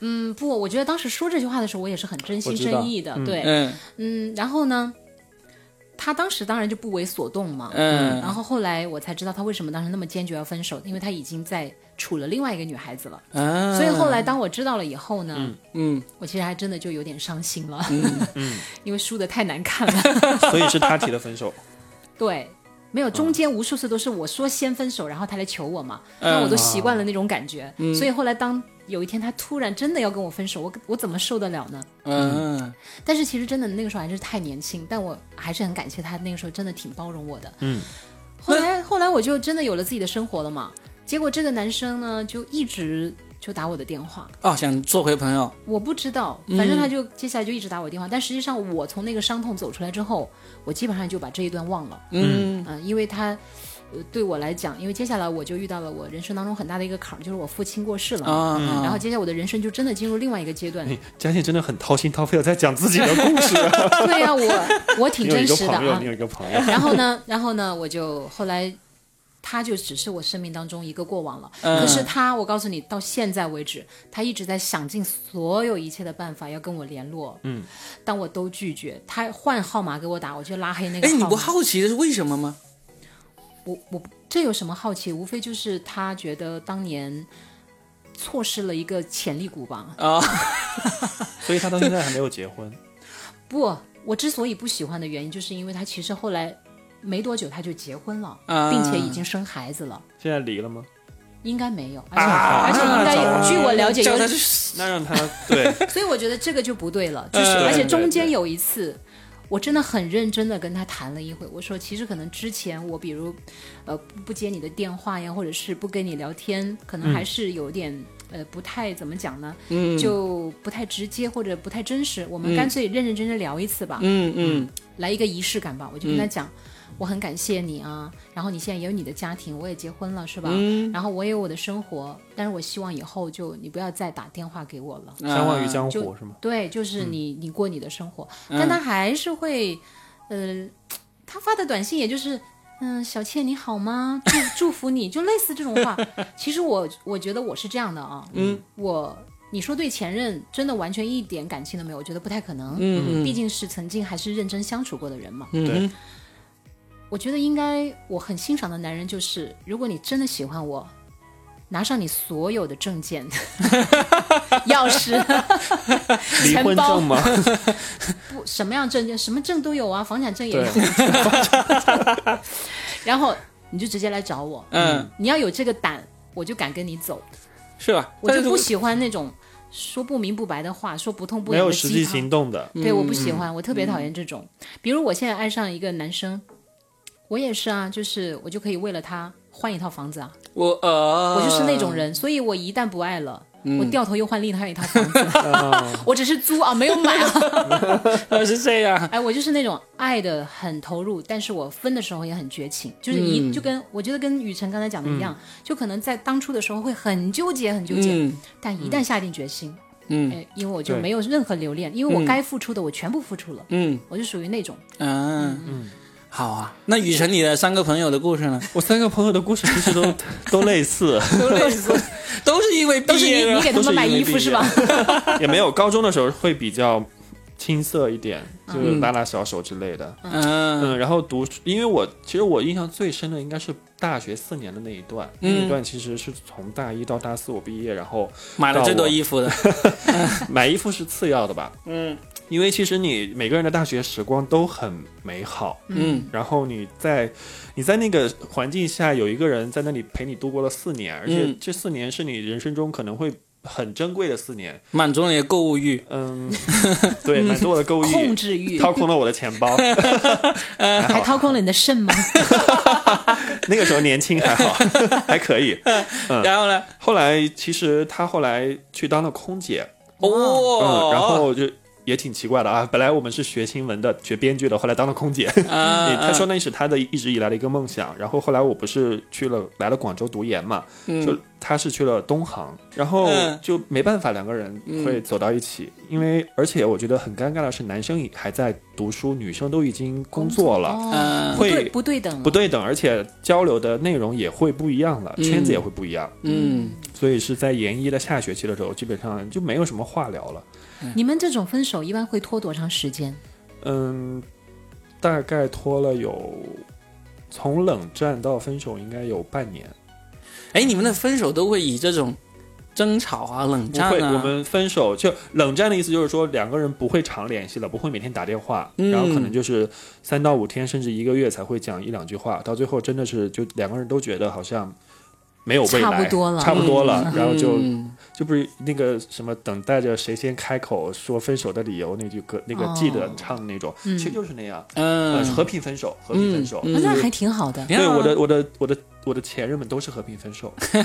B: 嗯，不，我觉得当时说这句话的时候，我也是很真心
C: 我知道
B: 真意的，对，
A: 嗯
B: 嗯，然后呢，他当时当然就不为所动嘛。
A: 嗯
B: 然后后来我才知道他为什么当时那么坚决要分手，因为他已经在处了另外一个女孩子了。
A: 嗯，
B: 所以后来当我知道了以后呢，
A: 嗯
B: 我其实还真的就有点伤心了， 因为输的太难看了。
C: 所以是他提的分手。
B: 对，没有中间无数次都是我说先分手，然后他来求我嘛，那我都习惯了那种感觉。所以后来当有一天他突然真的要跟我分手，我我怎么受得了呢？
A: 嗯
B: 但是其实真的那个时候还是太年轻，但我还是很感谢他那个时候真的挺包容我的。
C: 嗯，
B: 后来后来我就真的有了自己的生活了嘛。结果这个男生呢，就一直就打我的电话，
A: 哦，想做回朋友，
B: 我不知道，
C: 嗯
B: 反正他就、接下来就一直打我电话。但实际上我从那个伤痛走出来之后，我基本上就把这一段忘了。
A: 嗯
B: 嗯、因为他。呃对我来讲，因为接下来我就遇到了我人生当中很大的一个坎儿，就是我父亲过世了嘛，嗯
A: 啊，
B: 然后接下来我的人生就真的进入另外一个阶段。
C: 哦 你佳倩真的很掏心掏肺的在讲自己的故 事、啊。
B: 对呀、我我
C: 你
B: 挺
C: 有一
B: 真
C: 个
B: 实的
C: 朋友，
B: 啊
C: 你。有一个朋 友，
B: 然后呢，然后呢，我就后来，他就只是我生命当中一个过往了。
A: 嗯
B: 可是他，我告诉你，到现在为止，他一直在想尽所有一切的办法要跟我联络，嗯，但我都拒绝。他换号码给我打，我就拉黑那个
A: 哎，
B: 号码。
A: 你不好奇是为什么吗？
B: 我我这有什么好奇？无非就是他觉得当年错失了一个潜力股吧。
A: 啊，
C: 所以他到现在还没有结婚。
B: 不，我之所以不喜欢的原因，就是因为他其实后来没多久他就结婚了，
A: 啊
B: 并且已经生孩子了。
C: 现在离了吗？
B: 应该没有，而且、
C: 啊
B: 而且应该有，据我了解有
A: 叫，他去死
C: 那让他 对
B: 所以我觉得这个就不对了，就是、
A: 呃
B: 而且中
C: 对对
B: 间
C: 对
B: 有一次。我真的很认真的跟他谈了一回，我说其实可能之前我比如，呃不不接你的电话呀，或者是不跟你聊天，可能
C: 嗯
B: 还是有点、呃不太怎么讲呢，
A: 嗯
B: 就不太直接或者不太真实。我们
C: 嗯
B: 干脆认认真真聊一次吧，
A: 嗯嗯
B: 来一个仪式感吧。我就跟他讲，我很感谢你啊，然后你现在也有你的家庭，我也结婚了，是吧？
A: 嗯
B: 然后我也有我的生活，但是我希望以后就你不要再打电话给我了。
A: 啊
C: 相忘于江湖是吗？
B: 对，就是
A: 嗯
B: 你、你过你的生活，但他还是会，呃，他发的短信也就是，嗯，小倩你好吗？祝 祝福你，就类似这种话。其实我我觉得我是这样的啊，嗯，我你说对前任真的完全一点感情都没有，我觉得不太可能，
A: 嗯
B: 毕竟是曾经还是认真相处过的人嘛。
A: 嗯，
B: 我觉得应该我很欣赏的男人就是，如果你真的喜欢我。拿上你所有的证件、 钥匙、
C: 离婚证 吗？
B: 不什么样证件，什么证都有啊，房产证也有
C: 对。
B: 然后你就直接来找我，
A: 嗯，
B: 你要有这个胆，我就敢跟你走。
A: 是吧？
B: 我就不喜欢那种说不明不白的话，说不痛不
C: 没
B: 痒
C: 有嗯
B: 的
C: 实
B: 鸡
C: 际
B: 汤。
C: 行动的，
B: 对，我不喜欢，我特别讨厌这种。比如我现在爱上一个男生，我也是啊，就是我就可以为了他换一套房子啊，
A: 我呃，
B: 我就是那种人，所以我一旦不爱了。我掉头又换另外一套房子， 我只是租啊，没有买啊。
A: 呃 是这样，
B: 哎，我就是那种爱的很投入，但是我分的时候也很绝情，就是一、就跟我觉得跟雨辰刚才讲的一样，就可能在当初的时候会很纠结，很纠结，
A: 嗯
B: 但一旦下定决心，
A: 嗯
B: 哎，因为我就
C: 对
B: 没有任何留恋，因为我该付出的我全部付出了，
A: 嗯
B: 我就属于那种，
A: 嗯嗯，好啊，那雨辰你的三个朋友的故事呢？
C: 我三个朋友的故事其实都 都类似，
A: 都类似，都是因为
B: 都
A: 毕
B: 是
A: 业
B: 你
A: 了
B: 你给他们买衣服是吧？
C: 也没有。高中的时候会比较青涩一点，就是拉拉小手之类的。
A: 嗯
C: 嗯，然后读，因为我其实我印象最深的应该是大学四年的那一段，那一段其实是从大一到大四我毕业，然后
A: 买了最多衣服的，
C: 买衣服是次要的吧，嗯，因为其实你每个人的大学时光都很美好，
A: 嗯
C: 然后你在你在那个环境下有一个人在那里陪你度过了四年，而且
A: 嗯
C: 这四年是你人生中可能会很珍贵的四年，
A: 满足了你的购物欲。
C: 嗯，对，满足我的购物
B: 控
C: 欲，
B: 制 欲，
C: 掏空了我的钱包，
B: 还
C: 还
B: 掏空了你的肾吗？
C: 那个时候年轻还 好，还可以。嗯
A: 然后呢？
C: 后来其实他后来去当了空姐，嗯，
A: 哦，
C: 然后就也挺奇怪的啊。本来我们是学新闻的，学编剧的，后来当了空姐。
A: 啊，
C: 他说那是他的一直以来的一个梦想。然后后来我不是去了来了广州读研嘛，就他是去了东航，然后
A: 嗯
C: 就没办法两个人会走到一起，因为而且我觉得很尴尬的是，男生还在读书，女生都已经工作了。
B: 哦
A: 嗯
B: 不对
C: 会
B: 不对等了
C: 不对等，而且交流的内容也会不一样了，
A: 嗯
C: 圈子也会不一样，
A: 嗯，
C: 所以是在研一的下学期的时候，基本上就没有什么话聊了。
B: 你们这种分手一般会拖多长时间？
C: 嗯，大概拖了有从冷战到分手应该有半年。
A: 哎，你们的分手都会以这种争吵啊、冷
C: 不
A: 战
C: 会，
A: 啊，
C: 我们分手就冷战的意思就是说两个人不会常联系了，不会每天打电话，
A: 嗯
C: 然后可能就是三到五天甚至一个月才会讲一两句话，到最后真的是就两个人都觉得好像。没有未来，
B: 差不多了
C: 差不多了
A: 嗯
C: 然后就
A: 嗯
C: 就不是那个什么等待着谁先开口说分手的理由那句歌，那个
B: 哦
C: 记得唱的那种，其实就是那样，呃，
A: 嗯
C: 和平分手，和平分手，
A: 嗯
B: 啊那还挺好的，
A: 挺
C: 对，
A: 好啊
C: 我的我的我的我的前任们都是和平分手，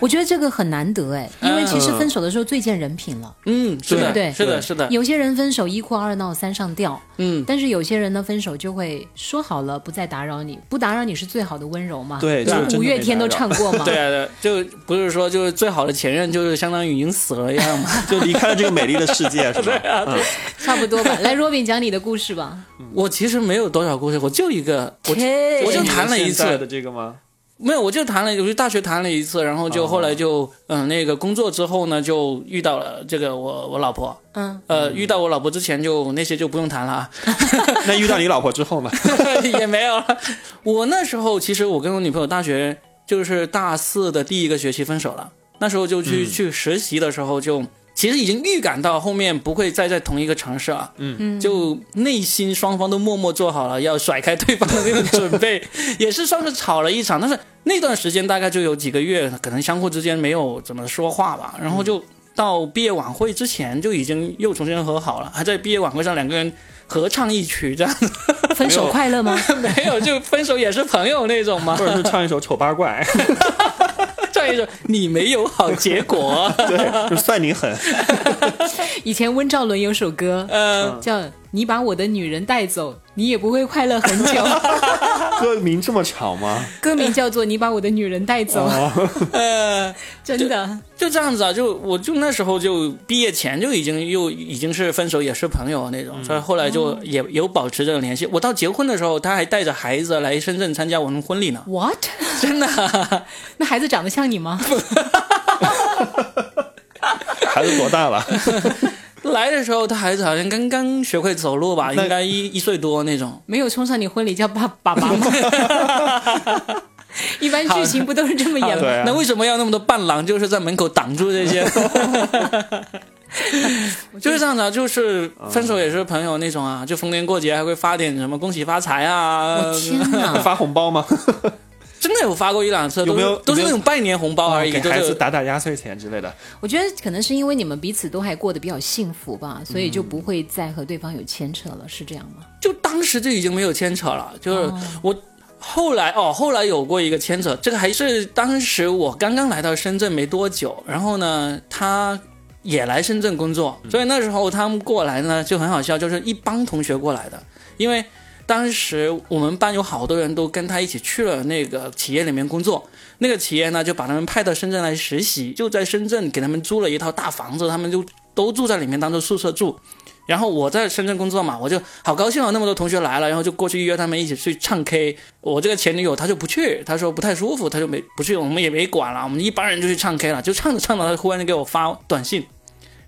B: 我觉得这个很难得哎，因为其实
C: 嗯
B: 分手的时候最见人品了。
A: 嗯，是
B: 对对
A: 的，是的，是的，
B: 有些人分手一哭二闹三上吊，
A: 嗯，
B: 但是有些人呢，分手就会说好了不再打扰你，不打扰你是最好的温柔嘛。
C: 对
B: 这
C: 这个真
B: 不
C: 的
B: 五月
C: 没
B: 天
C: 打
B: 都
C: 扰
B: 唱过嘛。
A: 对啊，对啊，就不是说就是最好的前任就是相当于已经死了一样嘛。
C: 就离开了这个美丽的世界，是吧？
B: 差不多吧。来，Robin 讲你的故事吧。
A: 我其实没有多少故事，我就一个，我
B: 切
A: 我就
C: 你们
A: 谈了一次
C: 现在的这个吗？
A: 没有，我就谈了，我就大学谈了一次，然后就
C: 哦
A: 后来就嗯、那个工作之后呢，就遇到了这个我我老婆，
B: 嗯，
A: 呃，遇到我老婆之前就那些就不用谈了啊，
C: 那遇到你老婆之 后呢？
A: 也没有了。我那时候其实我跟我女朋友大学就是大四的第一个学期分手了，那时候就去、去实习的时候就。其实已经预感到后面不会再在同一个城市啊，嗯，就内心双方都默默做好了要甩开对方的那种准备，也是算是吵了一场。但是那段时间大概就有几个月，可能相互之间没有怎么说话吧，然后就到毕业晚会之前就已经又重新和好了，还在毕业晚会上两个人合唱一曲这样子。
B: 分手快乐吗？
A: 没有，就分手也是朋友那种嘛
C: 或。者是唱一首《丑八怪，
A: 这一首你没有好结果，》
C: 对，就算你 狠。
B: 以前温兆伦有首歌
A: 呃，
B: 叫《你把我的女人带走，你也不会快乐很久》，
C: 歌名这么长吗？
B: 歌名叫做《你把我的女人带走》。
A: 呃，
B: 真的，
A: 就这样子啊，就我就那时候就毕业前就已经又已经是分手也是朋友那
C: 嗯
A: 种，所以后来就也有保持这种联系。我到结婚的时候，他还带着孩子来深圳参加我们婚礼呢，
B: What？
A: 真的啊。
B: 那孩子长得像你吗？
C: 孩子多 大了？
A: 来的时候，他孩子好像刚刚学会走路吧，
C: 那
A: 应该一一岁多那种。
B: 没有冲上你婚礼叫爸爸爸吗？一般剧情不都是这么演吗？
C: 对啊
A: 那为什么要那么多伴郎？就是在门口挡住这 些，就是这样的啊，就是
C: 嗯
A: 分手也是朋友那种啊，就逢年过节还会发点什么恭喜发财啊
B: 我，天
A: 嗯
B: 哪！
C: 发红包吗？
A: 真的有发过一两次，
C: 有没有
A: 都是都是
C: 有没有哦
A: 那种拜年红包而已，
C: 给
A: 就
C: 孩子
A: 是
C: 打打压岁钱之类的。
B: 我觉得可能是因为你们彼此都还过得比较幸福吧，所以就不会再和对方有牵扯了，是这样吗？
A: 就当时就已经没有牵扯了，就是我。后来哦，后来有过一个牵扯，这个还是当时我刚刚来到深圳没多久，然后呢，他也来深圳工作，
C: 嗯
A: 所以那时候他们过来呢就很好笑，就是一帮同学过来的，因为当时我们班有好多人都跟他一起去了那个企业里面工作，那个企业呢就把他们派到深圳来实习，就在深圳给他们租了一套大房子，他们就都住在里面当做宿舍住，然后我在深圳工作嘛，我就好高兴啊，那么多同学来了，然后就过去约他们一起去唱 K。我这个前女友她就不去，她说不太舒服，她就没不去，我们也没管了，我们一帮人就去唱 K 了，就唱着唱着，她忽然就给我发短信，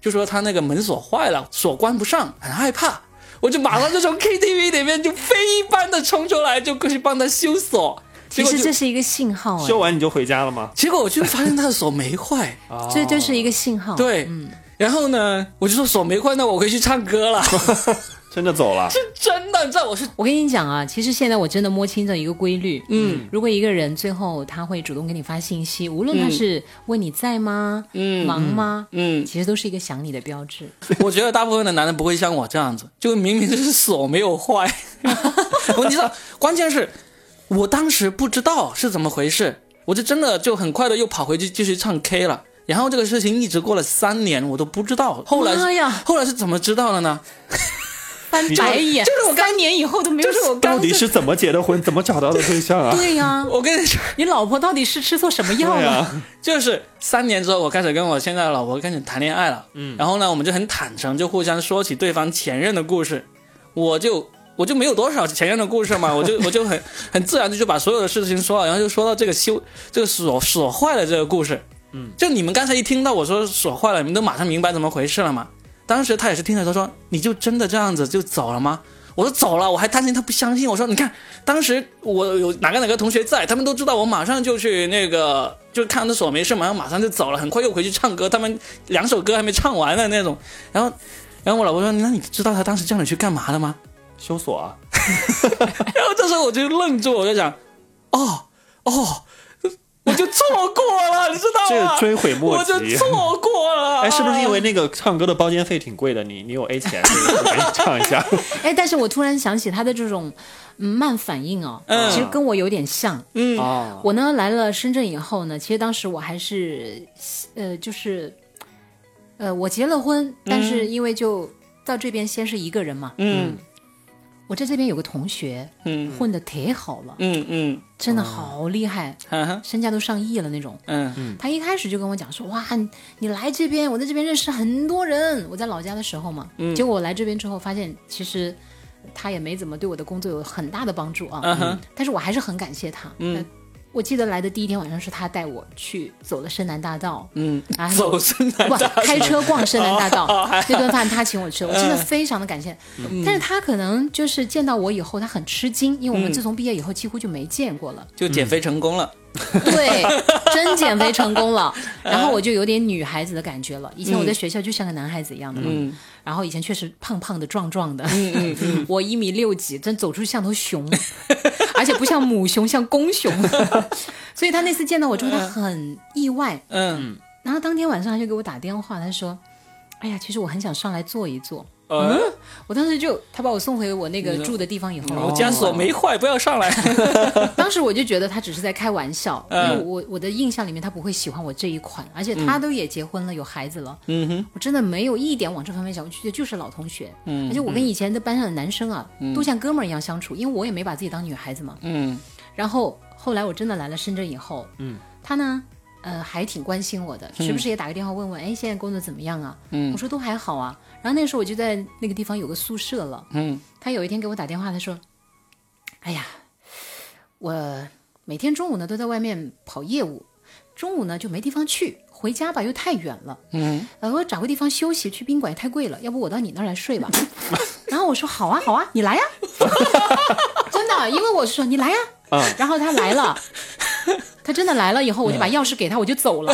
A: 就说她那个门锁坏了，锁关不上，很害怕。我就马上就从 KTV 里面就飞一般的冲出来，就过去帮她修锁。
B: 其实这是一个信号、哎，
C: 修完你就回家了吗？
A: 结果我就发现他的锁没坏，
B: 这就是一个信号。
A: 对，
B: 嗯，
A: 然后呢，我就说锁没坏，那我可以去唱歌了。
C: 真的走了，
A: 是真的。你知道我是，
B: 我跟你讲啊，其实现在我真的摸清了一个规律，
A: 嗯，
B: 如果一个人最后他会主动给你发信息，无论他是问你在吗，
A: 嗯，
B: 忙吗，
A: 嗯，
B: 其实都是一个想你的标志。
A: 我觉得大部分的男人不会像我这样子，就明明就是锁没有坏， 问题是关键是。我当时不知道是怎么回事，我就真的就很快的又跑回去继续唱 K 了。然后这个事情一直过了三年，我都不知道。后来，
B: 妈呀
A: 后来是怎么知道的呢？
B: 翻白眼，
A: 就是我刚
B: 三年以后都没有
A: 就是我
C: 到底是怎么结的婚，怎么找到的对象 啊？
B: 对呀、
A: 我跟你说，
B: 你老婆到底是吃错什么药
C: 对
B: 了？
C: 啊，
A: 就是三年之后，我开始跟我现在的老婆开始谈恋爱了。嗯，然后呢，我们就很坦诚，就互相说起对方前任的故事。我就我就没有多少前任的故事嘛，我 就我就很很自然的就把所有的事情说了，然后就说到这个修这个锁锁坏了这个故事。嗯，就你们刚才一听到我说锁坏了，你们都马上明白怎么回事了嘛。当时他也是听了，他说：“你就真的这样子就走了吗？”我说：“走了。”我还担心他不相信。我说：“你看，当时我有哪个哪个同学在，他们都知道我马上就去那个，就看他锁没事嘛，然后马上就走了，很快又回去唱歌，他们两首歌还没唱完呢那种。然后，然后我老婆说：‘那你知道他当时叫你去干嘛的 吗
C: 修锁啊，？’
A: 然后这时候我就愣住，我就想：‘哦，哦，我就错过了，你知
C: 这
A: 道吗？’
C: 追悔莫
A: 啊 我就
C: 及。
A: 错过了。
C: 哎，是不是因为那个唱歌的包间费挺贵的？你你有 A 钱，所以你可以唱一下。
B: 哎，但是我突然想起他的这种嗯慢反应哦，
A: 嗯
B: 其实跟我有点像。
A: 嗯
C: 啊，
B: 我呢来了深圳以后呢，其实当时我还是呃就是呃我结了婚，但是因为就到这边先是一个人嘛，
A: 嗯
B: 我在这边有个同学
A: 嗯
B: 混的忒好了，
A: 嗯嗯
B: 真的好厉害，
A: 哈哈
B: 身价都上亿了那种。
A: 嗯嗯
B: 他一开始就跟我讲说，哇，你你来这边，我在这边认识很多人。我在老家的时候嘛，
A: 嗯
B: 结果我来这边之后发现，其实他也没怎么对我的工作有很大的帮助啊。
A: 嗯哼
B: 但是我还是很感谢他。嗯，我记得来的第一天晚上是他带我去走了深南大道，
A: 嗯
B: 啊，
A: 走深南
B: 不
A: 大道哦
B: 开车逛深南大道，那顿饭他请我
A: 嗯
B: 吃，我真的非常的感谢。但是他可能就是见到我以后，他很吃惊，因为
A: 嗯
B: 我们自从毕业以后几乎就没见过了。
A: 就减肥成功了。
B: 对，真减肥成功了。然后我就有点女孩子的感觉了。以前我在学校就像个男孩子一样的嘛，
A: 嗯
B: 然后以前确实胖胖的、壮壮的。 我一米六几，真走出像头熊，而且不像母熊，像公 熊。所以他那次见到我之后，他很意外。
A: 嗯，
B: 然后当天晚上他就给我打电话，他说：“哎呀，其实我很想上来坐一坐。”嗯
A: 呃，
B: 我当时就他把我送回我那个住的地方以后，
A: 我哦家锁没坏，不要上来。
B: 当时我就觉得他只是在开玩笑，因
A: 嗯
B: 为我我的印象里面他不会喜欢我这一款，而且他都也结婚了，有孩子了，
A: 嗯哼，
B: 我真的没有一点往这方面想，我就觉得就是老同学，
A: 嗯
B: 而且我跟以前的班上的男生啊，都像哥们儿一样相处，因为我也没把自己当女孩子嘛。
A: 嗯
B: 然后后来我真的来了深圳以后，嗯，他呢，呃，还挺关心我的，时不时也打个电话问问，哎，现在工作怎么样啊？
A: 嗯
B: 我说都还好啊。然后那个时候我就在那个地方有个宿舍了，
A: 嗯
B: 他有一天给我打电话，他说：“哎呀，我每天中午呢都在外面跑业务，中午呢就没地方去，回家吧又太远了，
A: 嗯，
B: 呃，我找个地方休息，去宾馆也太贵了，要不我到你那儿来睡吧。”然后我说：“好啊，好啊， 你来呀、真的，因为我是说你来呀、
C: 嗯
B: 然后他来了，他真的来了以后，我就把钥匙给他，我就走了。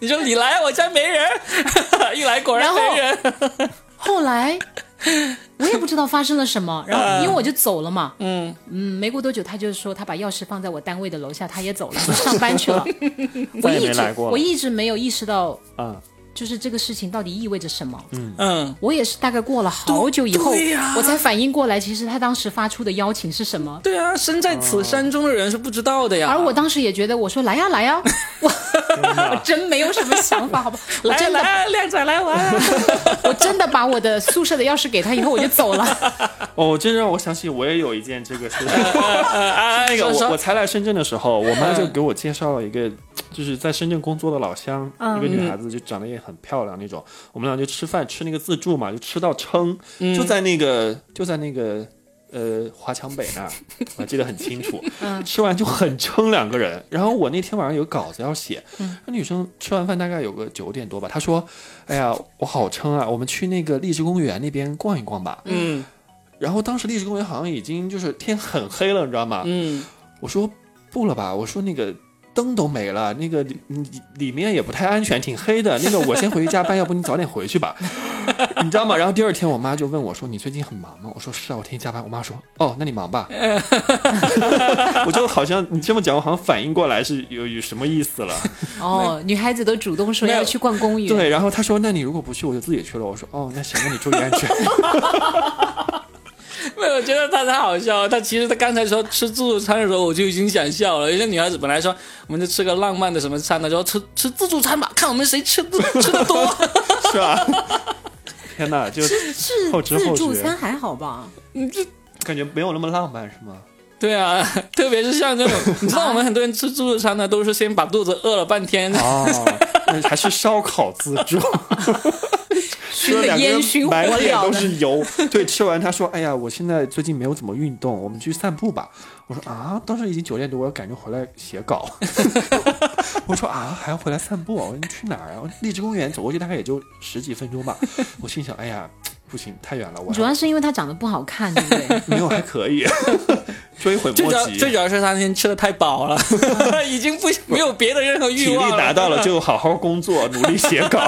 A: 你说你来，我家没人， 一来果然没人。
B: 后 来我也不知道发生了什么，然后因为我就走了嘛，
A: 嗯
B: 嗯，没过多久他就说他把钥匙放在我单位的楼下，他也 走了，上班去了。我
C: 再也
B: 一
C: 没
B: 直
C: 来过了
B: 我一直没有意识到，
C: 啊，
B: 就是这个事情到底意味着什么。
A: 嗯，
B: 我也是大概过了好久以后，
A: 对呀
B: 我才反应过来，其实他当时发出的邀请是什么。
A: 对啊，身在此山中的人是不知道的呀。
B: 而我当时也觉得，我说来呀来 呀，我 我真没有什么想法，好吧？我
A: 来
B: 真的
A: 来，靓仔来玩。啊
B: 我真的把我的宿舍的钥匙给他以后，我就走了。
C: 哦，这让我想起我也有一 件这个事情。
A: 哎
C: 那个
A: 说
C: 我
A: 说
C: 我才来深圳的时候，我妈就给我介绍了一个就是在深圳工作的老乡，
B: 嗯
C: 一个女孩子就长得也很漂亮那种。我们俩就吃饭吃那个自助嘛，就吃到撑，就在那个就在那个呃华强北那儿，我记得很清楚。
B: 嗯
C: 吃完就很撑两个人。然后我那天晚上有稿子要写，那女生吃完饭大概有个九点多吧，她说：“哎呀，我好撑啊，我们去那个荔枝公园那边逛一逛吧。
A: 嗯”
C: 然后当时荔枝公园好像已经就是天很黑了，你知道吗？
A: 嗯
C: 我说不了吧，我说那个灯都没了，那个里里里面也不太安全，挺黑的。那个我先回去加班，要 不你早点回去吧，你知道吗？然后第二天我妈就问我说：“你最近很忙吗？”我说：“是啊，我天天加班。”我妈说：“哦，那你忙 吧。”我就好像你这么讲，我好像反应过来是有有什么意思了。
B: 哦，女孩子都主动说
A: 没有
B: 要去逛公园，
C: 对，然后她说：“那你如果不去，我就自己去了。”我说：“哦，那行，那你注意安全。
A: 没有，我觉得他太好笑了。他其实他刚才说吃自助餐的时候，我就已经想笑了。有些女孩子本来说我们就吃个浪漫的什么餐的，说吃吃自助餐吧，看我们谁吃 的吃的多。”
C: 是吧？天哪，就
B: 自
C: 后知
B: 自
C: 后
B: 助
C: 觉
B: 餐还好吧？
C: 感觉没有那么浪漫，是吗？
A: 对啊，特别是像这种，你知道我们很多人吃自助餐呢，都是先把肚子饿了半天，
C: 哦，那还是烧烤自助。
B: 熏的
C: 两个
B: 烟
C: 人
B: 熏火
C: 满脸
B: 燎
C: 都
B: 的，
C: 是油。啊对，吃完他说：“哎呀，我现在最近没有怎么运动，我们去散步吧。”我说：“啊，当时已经九点多，我赶着回来写 稿。”我说：“啊，还要回来散步？我说你去哪儿啊？我说荔枝公园走过去大概也就十几分钟吧。”我心想：“哎呀，不行，太远了，我
B: 主要
C: 还
B: 是因为他长得不好看，对不 对？
C: 没有还 可以追悔
A: 最
C: 莫
A: 主要最
C: 及。”
A: 主要是他那天吃的太饱了， 已经 不没有别的任何
C: 体
A: 欲
C: 力
A: 望
C: 达到了，就好好工作，努力写稿。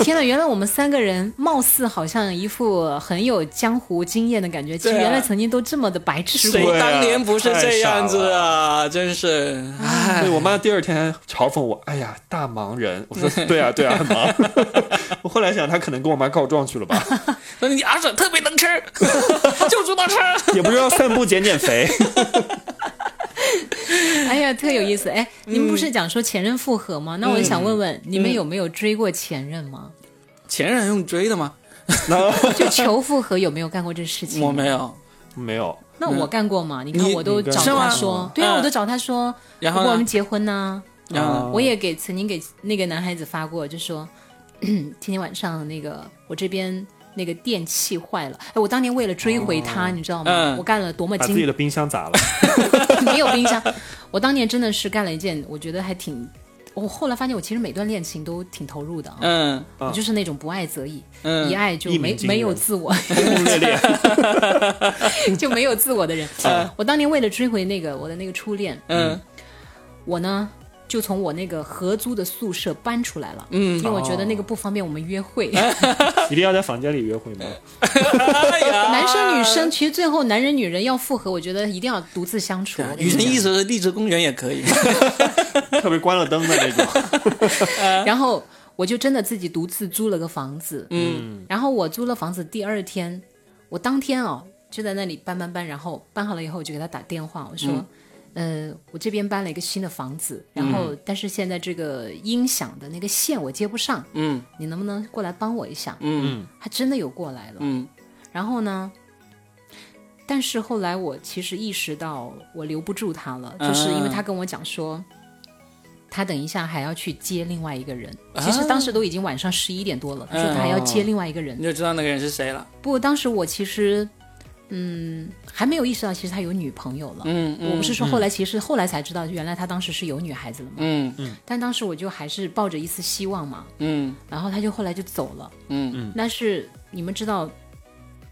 B: 天呐，原来我们三个人貌似好像一副很有江湖经验的感觉，其实
A: 对啊
B: 原来曾经都这么的白痴
A: 谁
B: 过。
C: 对啊
A: 当年不是这样子
C: 太傻
A: 啊？真是，唉
B: 哎
C: 对我妈第二天还嘲讽我：“哎呀，大忙人！”我说：“对啊，对啊，很忙。” 我后来想，她可能跟我妈告状去了吧。
A: 说你儿子特别能吃， 就知道吃。
C: 也不知道散步减减肥。
B: 哎呀，特有意思！哎，你们不是讲说前任复合吗？那我就想问问，你们有没有追过前任吗？
A: 前任用追的吗？
B: 就求复合有没有干过这事情？
A: 嗯我没有。
C: 没有，
B: 那我干过嘛？你看
A: 你
B: 我都找
A: 是吗
B: 他说，对
A: 嗯
B: 啊，我都找他说，
A: 然后
B: 我们
A: 呢？
B: 结婚呐、
A: 然
C: 啊
A: 后呢？
B: 嗯我也给曾经给那个男孩子发过，就说 今天晚上那个我这边那个电器坏了。哎，我当年为了追回他，你知道吗？
A: 嗯
B: 我干了多么
C: 哦把自己
B: 精
C: 的冰箱砸 了。
B: 没有冰箱，我当年真的是干了一件我觉得还挺。我后来发现，我其实每段恋情都挺投入的啊，
A: 嗯
B: 我就是那种不爱则已，一
A: 嗯
B: 爱就
C: 一鸣
B: 没
C: 惊人
B: 没有自我，
C: 轰轰烈烈，
B: 就没有自我的人。 我当年为了追回那个我的那个初恋，
A: 嗯
B: 我呢就从我那个合租的宿舍搬出来了，因
A: 嗯，
B: 为我觉得那个不方便我们约 会。
C: 一定要在房间里约会吗？
A: 哎呀，
B: 男生女生其实最后男人女人要复合，我觉得一定要独自相处。我跟
A: 女
B: 你
A: 啊生
B: 讲
A: 意思是荔枝公园也可以。
C: 特别关了灯的那种。
B: 然后我就真的自己独自租了个房子，
A: 嗯
B: 然后我租了房子第二天，我当天哦就在那里搬搬搬，然后搬好了以后我就给他打电话，我说。呃，我这边搬了一个新的房子，然后但是现在这个音响的那个线我接不上，
A: 嗯
B: 你能不能过来帮我一下？
A: 嗯
B: 他真的有过来了，
A: 嗯
B: 然后呢，但是后来我其实意识到我留不住他了，就是
A: 嗯
B: 因为他跟我讲说，他等一下还要去接另外一个人。
A: 啊
B: 其实当时都已经晚上十一点多了，他
A: 嗯
B: 说他还要
A: 哦
B: 接另外一个人
A: 你。就知道那个人是谁了。
B: 不过当时我其实，嗯，还没有意识到其实他有女朋友了。
A: 嗯
B: 我不是说后来，其实后来才知道，原来他当时是有女孩子了嘛。
A: 嗯
B: 但当时我就还是抱着一丝希望嘛，
A: 嗯
B: 然后他就后来就走了。
A: 嗯
B: 但是你们知道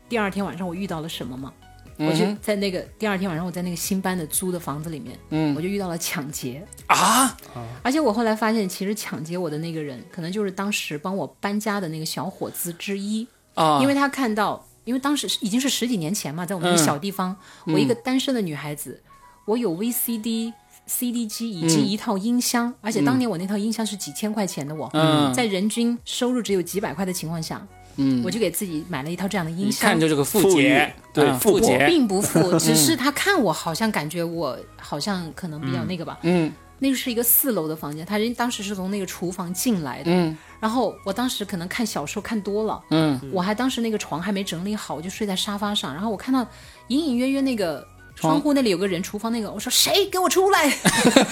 B: 第二天晚上我遇到了什么吗？
A: 嗯
B: 我就在那个第二天晚上，我在那个新搬的租的房子里面，
A: 嗯
B: 我就遇到了抢劫。
A: 啊，
B: 而且我后来发现，其实抢劫我的那个人，可能就是当时帮我搬家的那个小伙子之一，
A: 啊，
B: 因为他看到，因为当时已经是十几年前嘛，在我们那
A: 嗯
B: 个小地方，我一个单身的女孩子，我有 VCD。CD 机以
A: 嗯
B: 及一套音箱，而且当年我那套音箱是几千块钱的我，
A: 嗯
B: 在人均收入只有几百块的情况下，
A: 嗯
B: 我就给自己买了一套这样的音
A: 一看
B: 箱。
A: 就是个富杰，
C: 富裕对
A: 啊
C: 富
A: 富
C: 婆
B: 我
A: 杰。
B: 并不富， 只是他看我好像感觉我好像可能比较那个吧。
A: 嗯嗯
B: 那是一个四楼的房间，他人当时是从那个厨房进来的。
A: 嗯
B: 然后我当时可能看小说看多了，
A: 嗯
B: 我还当时那个床还没整理好，我就睡在沙发上。然后我看到隐隐约约那个窗户那里有个人，厨房那个，我说谁给我出来？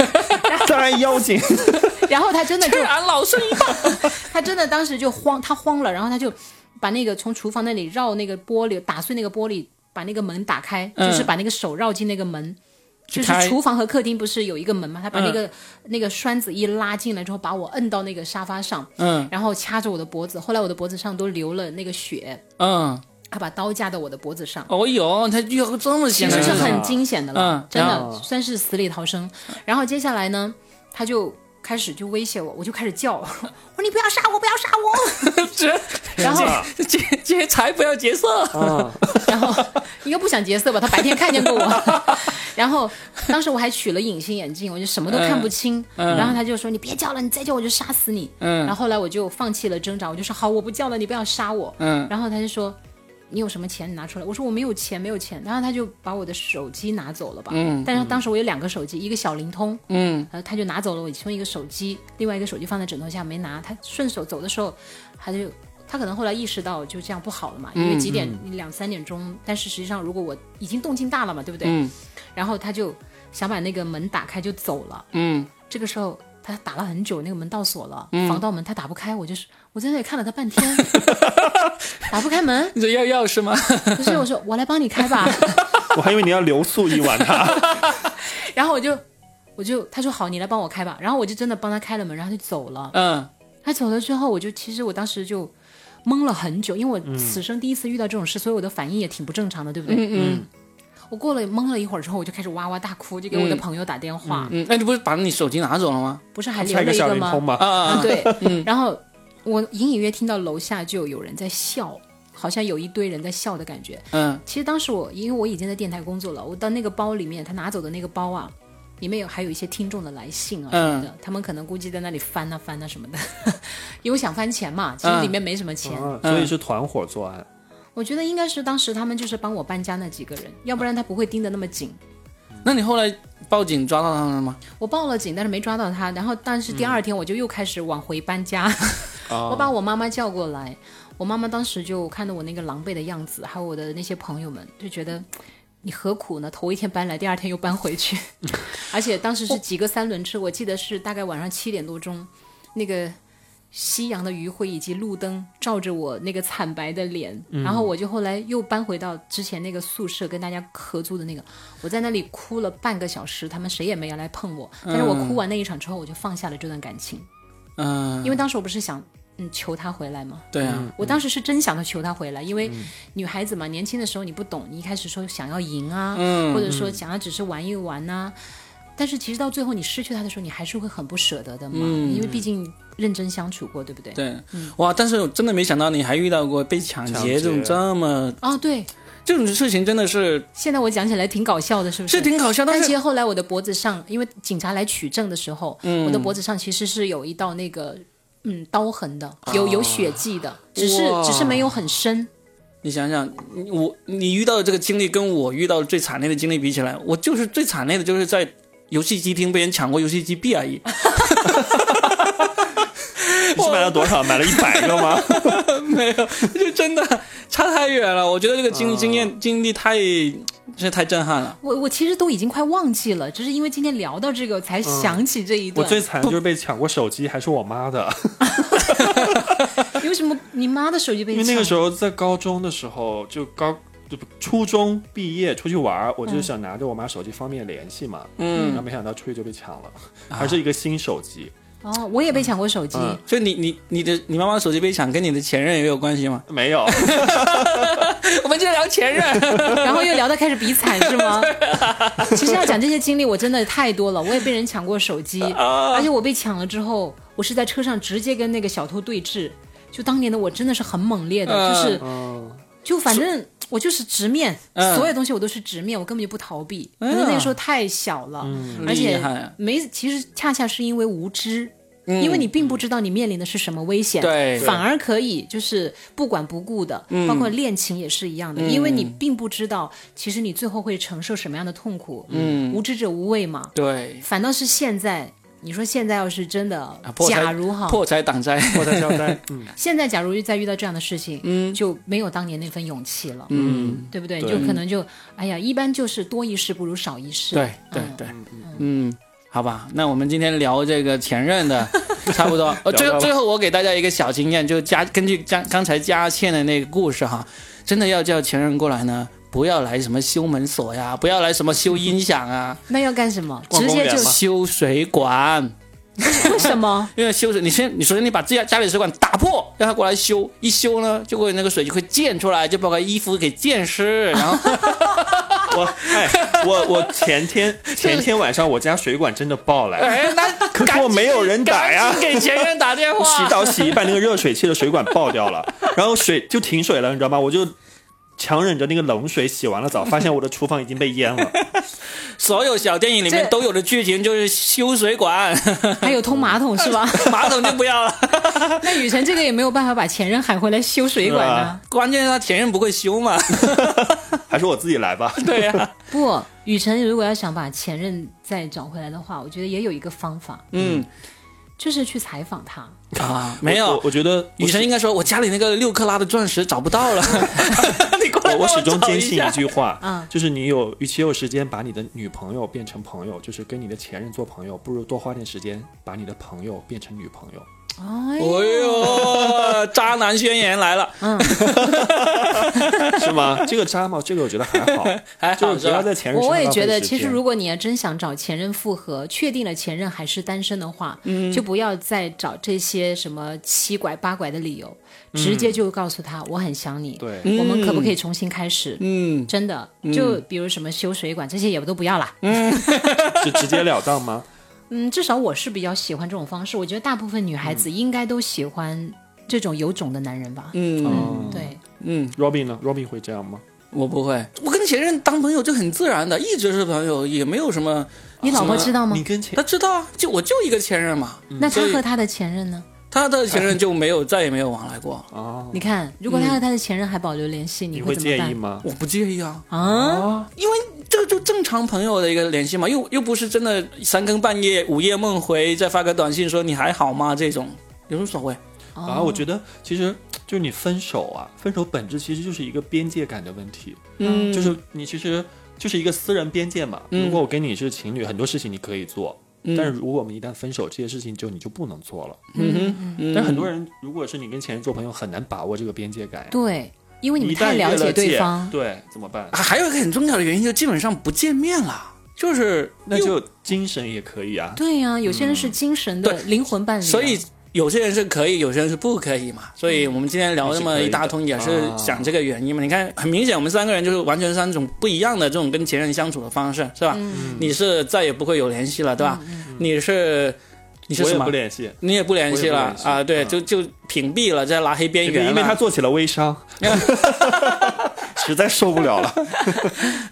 C: 当然妖精，
B: 然后他真的就
A: 趁俺老孙一棒。
B: 他真的当时就慌，他慌了，然后他就把那个从厨房那里绕那个玻璃，打碎那个玻璃，把那个门打开，
A: 嗯
B: 就是把那个手绕进那个门。
A: 去
B: 就
A: 嗯
B: 是
A: 开
B: 厨房和客厅不是有一个门嘛？他把那个、那个栓子一拉进来之后，把我摁到那个沙发上，
A: 嗯
B: 然后掐着我的脖子。后来我的脖子上都流了那个血，
A: 嗯，
B: 他把刀架到我的脖子上。
A: 哦哟，他遇到这么
B: 其
A: 简单
B: 实
A: 的
B: 是
A: 事
B: 很
A: 情，
B: 惊险的了，
A: 嗯
B: 真
A: 然
B: 的算是死里逃生。然后接下来呢，他就开始就威胁我，我就开始叫，我说 你不要杀我，不要杀我。
A: 这
B: 然后
A: 劫劫财不要劫 色。嗯
C: 啊，
B: 然后应该不想劫色吧？他白天看见过 我。然后当时我还取了隐形眼镜，我就什么都看不清。然后他就说：“你别叫了，你再叫我就杀死你。”然后后来我就放弃了挣扎，我就说：“好，我不叫了，你不要杀我。”
A: 嗯
B: 然后他就说：“你有什么钱？你拿出来。”我说：“我没有钱，没有钱。”然后他就把我的手机拿走了吧。嗯。但是当时我有两个手机，一个小灵通，
A: 嗯，
B: 然后他就拿走了我其中一个手机，另外一个手机放在枕头下没拿。他顺手走的时候，他就他可能后来意识到就这样不好了
A: 嗯
B: 嘛，因为几点、两三点钟，但是实际上如果我已经动静大了嘛，对不对？
A: 嗯
B: 然后他就想把那个门打开就走了。
A: 嗯
B: 这个时候他打了很久，那个门到锁了，防盗门他打不开，我就是我在那里看了他半天， 打不开门，
A: 你这要钥匙吗？
B: 不是我说我来帮你开吧，
C: 我还以为你要留宿一晚呢。
B: 然后我就我就他说好，你来帮我开吧，然后我就真的帮他开了门，然后他就走了。
A: 嗯
B: 他走了之后，我就其实我当时就懵了很久，因为
C: 嗯
B: 我此生第一次遇到这种事，所以我的反应也挺不正常的，对不对？
A: 嗯
B: 我过了懵了一会儿之后，我就开始哇哇大哭，就给我的朋友打电话，
A: 嗯，那你不是把你手机拿走了吗？
B: 不是还 留
C: 下一
B: 了
C: 个
B: 一
C: 小
B: 个
C: 灵
B: 吗？
C: 通嘛，
A: 啊
B: 啊， 对，然后我隐隐约听到楼下就有人在笑，好像有一堆人在笑的感觉。
A: 嗯
B: 其实当时我因为我已经在电台工作了，我到那个包里面，他拿走的那个包啊，里面有还有一些听众的来信啊什么的，他们可能估计在那里翻啊翻啊什么的， 因为我想翻钱嘛，其实里面没什么钱。
C: 啊所以是团伙作 案。
B: 我觉得应该是当时他们就是帮我搬家那几个人，要不然他不会盯得那么紧。
A: 那你后来报警抓到他们了吗？
B: 我报了警，但是没抓到他。然后，但是第二天我就又开始往回搬家。我把我妈妈叫过来，我妈妈当时就看到我那个狼狈的样子，还有我的那些朋友们，就觉得嗯你何苦呢？头一天搬来，第二天又搬回去，而且当时是几个三轮车，我记得是大概晚上七点多钟，那个。夕阳的余晖以及路灯照着我那个惨白的脸，然后我就后来又搬回到之前那个宿舍，跟大家合租的那个，我在那里哭了半个小时，他们谁也没有来碰我。但是我哭完那一场之后，我就放下了这段感情，
A: 嗯，
B: 因为嗯当时我不是想嗯求他回来吗？
A: 对啊，
B: 我当时是真想要求他回来，因为
A: 嗯
B: 女孩子嘛，年轻的时候你不懂，你一开始说想要赢啊，
A: 嗯
B: 或者说想要只是玩一玩呐、但是其实到最后你失去他的时候，你还是会很不舍得的嘛，因为毕竟认真相处过，对不对？
A: 嗯对，
B: 嗯
A: 哇！但是我真的没想到你还遇到过被抢
C: 抢
A: 劫这种
C: 劫
A: 这么
B: 哦，对，
A: 这种事情，真的是
B: 现在我讲起来挺搞笑的，是不
A: 是挺搞笑，但
B: 但其
A: 是
B: 实后来我的脖子上，因为警察来取证的时候，
A: 嗯
B: 我的脖子上其实是有一道那个嗯刀痕的，有有血迹的，只是
A: 啊哇
B: 只是没有很深。
A: 你想想，你我你遇到的这个经历跟我遇到的最惨烈的经历比起来，我就是最惨烈的就是在游戏机厅被人抢过游戏机币而已，
C: 你是买了多少？买了一百 个吗？
A: 没有，就真的差太远了。我觉得这个经经验经历太真是太震撼了。
B: 我我其实都已经快忘记了，只是因为今天聊到这个才想起这一
C: 嗯我
B: 段。
C: 最惨就是被抢过手机，还是我妈的。
B: 为什么你妈的手机被
C: 因
B: 你
C: 为
B: 抢？
C: 那个时候在高中的时候，就高就不初中毕业出去玩儿，
A: 嗯
C: 我就想拿着我妈手机方便联系嘛，嗯，然后没想到出去就被抢了，
A: 啊
C: 还是一个新手机，
B: 哦，我也被抢过手机。
C: 嗯
A: 就你你你的你妈妈的手机被抢，跟你的前任也有关系吗？
C: 没有，
A: 我们就聊前任，
B: 然后又聊到开始比惨是 吗？
A: 啊
B: 其实要讲这些经历，我真的太多了。我也被人抢过手 机，
A: 啊
B: 而且我被抢了之后，我是在车上直接跟那个小偷对峙。就当年的我真的是很猛烈的，
A: 嗯
B: 就是
C: 嗯，
B: 就反正我就是直面，
A: 嗯
B: 所有东西我都是直面，我根本就不逃避，因为那个时候太小了，而
A: 厉
B: 且
A: 害啊
B: 没，其实恰恰是因为无知。因为你并不知道你面临的是什么危险，
A: 嗯 对
B: 反而可以就是不管不顾的，包括恋情也是一样的，因为你并不知道其实你最后会承受什么样的痛苦，嗯，无知者无畏嘛，
A: 对，
B: 反倒是现在你说现在要是真的
A: 啊，，破财
B: 假如哈，
A: 破财挡灾，
C: 我在交代，嗯，
B: 现在假如再遇到这样的事情，嗯，就没有当年那份勇气了，
A: 嗯，
B: 对不对？
C: 对
B: 就可能就，哎呀，一般就是多一事不如少一事。
A: 对对对，嗯，好吧，那我们今天聊这个前任 的差不多。呃，最
C: 聊到了
A: 最后我给大家一个小经验，就佳根据佳刚才佳倩的那个故事哈，真的要叫前任过来呢，不要来什么修门锁呀，不要来什么修音响 啊，
B: 那要干什么？
C: 逛
B: 直
C: 公
B: 接
C: 园
B: 就
C: 嘛
A: 修水管。
B: 为什么？
A: 因为修水，你先，你首先你把自己家里的水管打破，让他过来修，一修呢，就会那个水就会溅出来，就把个衣服给溅湿，然 后
C: 我哎，我我前 天前天晚上我家水管真的爆了，
A: 哎，那
C: 可
A: 赶
C: 是我
A: 紧
C: 没有人打呀
A: 赶紧给前任打电 话，
C: 洗澡洗一半，那个热水器的水管爆掉了，然后水就停水了，你知道吗？我就强忍着那个冷水洗完了澡，发现我的厨房已经被淹了。
A: 所有小电影里面
B: 这
A: 都有的剧情就是修水管，
B: 还有通马桶是吧？
A: 马桶就不要了。
B: 那雨辰这个也没有办法把前任喊回来修水管
C: 是
B: 呢
C: 吧。
A: 关键是他前任不会修嘛，
C: 还是我自己来吧。
A: 对呀、
B: 不，雨辰如果要想把前任再找回来的话，我觉得也有一个方法，
A: 嗯
B: 就是去采访他。
A: 啊， 没
C: 我
A: 有
C: 我。我觉得
A: 雨神应该说：“我家里那个六克拉的钻石找不 到了， 你过来
C: 我我始终
A: 帮
C: 坚信啊
A: 找
C: 一
A: 下
C: 句话，
B: 嗯
C: 就是你有，与其有时间把你的女朋友变成朋友，就是跟你的前任做朋友，不如多花点时间把你的朋友变成女朋友。
B: 哎
A: 哎呦，渣男宣言来了，
C: 是吗？这个渣嘛，这个我觉得还好，
A: 还好
C: 就是
A: 是
C: 不要
A: 吧？
C: 在前任身上
B: 我也
C: 浪费
B: 觉得，
C: 时
B: 其实
C: 间
B: 如果你要真想找前任复合，确定了前任还是单身的话，
C: 嗯
B: 就不要再找这些什么七拐八拐的理由，直接就告诉他我很想你，
C: 嗯对嗯
B: 我们可不可以重新开始？
A: 嗯，
B: 真的，就比如什么修水管这些也都不要啦。
C: 是 直截了当吗？
B: 嗯，至少我是比较喜欢这种方式。我觉得大部分女孩子应该都喜欢这种有种的男人吧。
C: 嗯
B: 对，
A: 嗯，
C: ，Robin 呢？Robin 会这样吗？
A: 我不会，我跟前任当朋友就很自然的，一直是朋友，也没有什 么。
B: 你老婆知道吗
C: 你？跟前
A: 他知道啊，就我就一个前任嘛，
B: 那
A: 所
B: 他
A: 以
B: 和他的前任呢？
A: 他的前任就没有再也没有往来过，
C: 啊，
B: 你看，如果他和他的前任还保留联系，
C: 你
B: 会
C: 会
B: 怎么
C: 介意
B: 办？
C: 吗？
A: 我不介意啊，
B: 啊，
A: 因为这就正常朋友的一个联系嘛，又又不是真的三更半夜午夜梦回再发个短信说你还好吗这种，有什么所谓？
B: 哦
C: 啊，我觉得其实就是你分手啊，分手本质其实就是一个边界感的问题，
A: 嗯
C: 就是你其实就是一个私人边界嘛。
A: 嗯
C: 如果我跟你是情侣，很多事情你可以做，
A: 嗯
C: 但是如果我们一旦分手，这些事情就你就不能做了。
A: 嗯哼，嗯
C: 但很多人如果是你跟前任做朋友，很难把握这个边界感呀。
B: 对，因为你
C: 一
B: 们
C: 旦
B: 太
C: 越
B: 了解对方，
C: 对，怎么办？
A: 啊还有一个很重要的原因，就基本上不见面了，就是
C: 那
A: 又
C: 就精神也可以啊。
B: 对呀、有些人是精神的、
A: 对
B: 灵魂伴侣啊，
A: 所以有些人是可以，有些人是不可以嘛。所以我们今天聊这么一大通，也是讲这个原因嘛。你看，很明显，我们三个人就是完全三种不一样的这种跟前任相处的方式，是
B: 嗯
A: 吧？
C: 啊嗯
A: 你是再也不会有联系了，对吧？你是你是
C: 我
A: 什
C: 也
A: 么
C: 不？联系，
A: 你也不联系
C: 我
A: 了
C: 也不联系
A: 啊？对，
C: 嗯
A: 就就屏蔽了，再拉黑边
C: 因
A: 缘啊
C: 为他
A: 了。
C: 做起了微商，实在受不了了。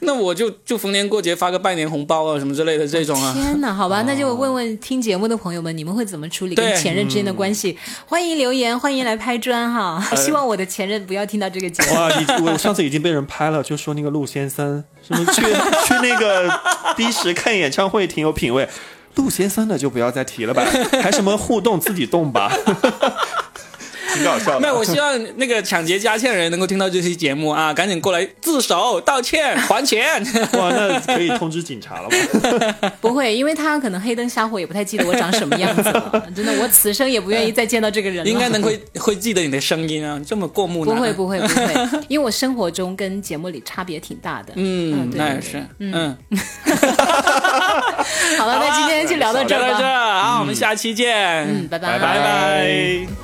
A: 那我就就逢年过节发个拜年红包啊，什么之类的这种啊。
B: 天哪，好吧，那
C: 哦
B: 就问问听节目的朋友们，你们会怎么处理
A: 对
B: 跟前任之
C: 嗯
B: 间的关系？欢迎留言，欢迎来拍砖哈！
C: 呃
B: 希望我的前任不要听到这个节目。
C: 哇，你我上次已经被人拍了，就说那个陆先生什么去 去那个 B 十看演唱会挺有品位，陆先生的就不要再提了吧，还什么互动自己动吧， 挺搞笑
A: 没有，
C: 的。
A: 我希望那个抢劫佳倩人能够听到这期节目啊，赶紧过来自首道歉还钱。
C: 哇，那可以通知警察了吧？
B: 不会，因为他可能黑灯瞎火，也不太记得我长什么样子 了。真的，我此生也不愿意再见到这个人了。
A: 应该 能会会记得你的声音啊，这么过目
B: 不
A: 呢？
B: 会，不会，不 会，因为我生活中跟节目里差别挺大的。啊
A: 嗯，
B: 对
A: 那
B: 对
A: 也
B: 对
A: 是，嗯，
B: 好了，那今天就聊到这
A: 聊
B: 儿
A: 到
B: 吧。
A: 这
B: 嗯
A: 儿啊，我们下期见，
B: 嗯，拜
C: 拜
A: 拜拜。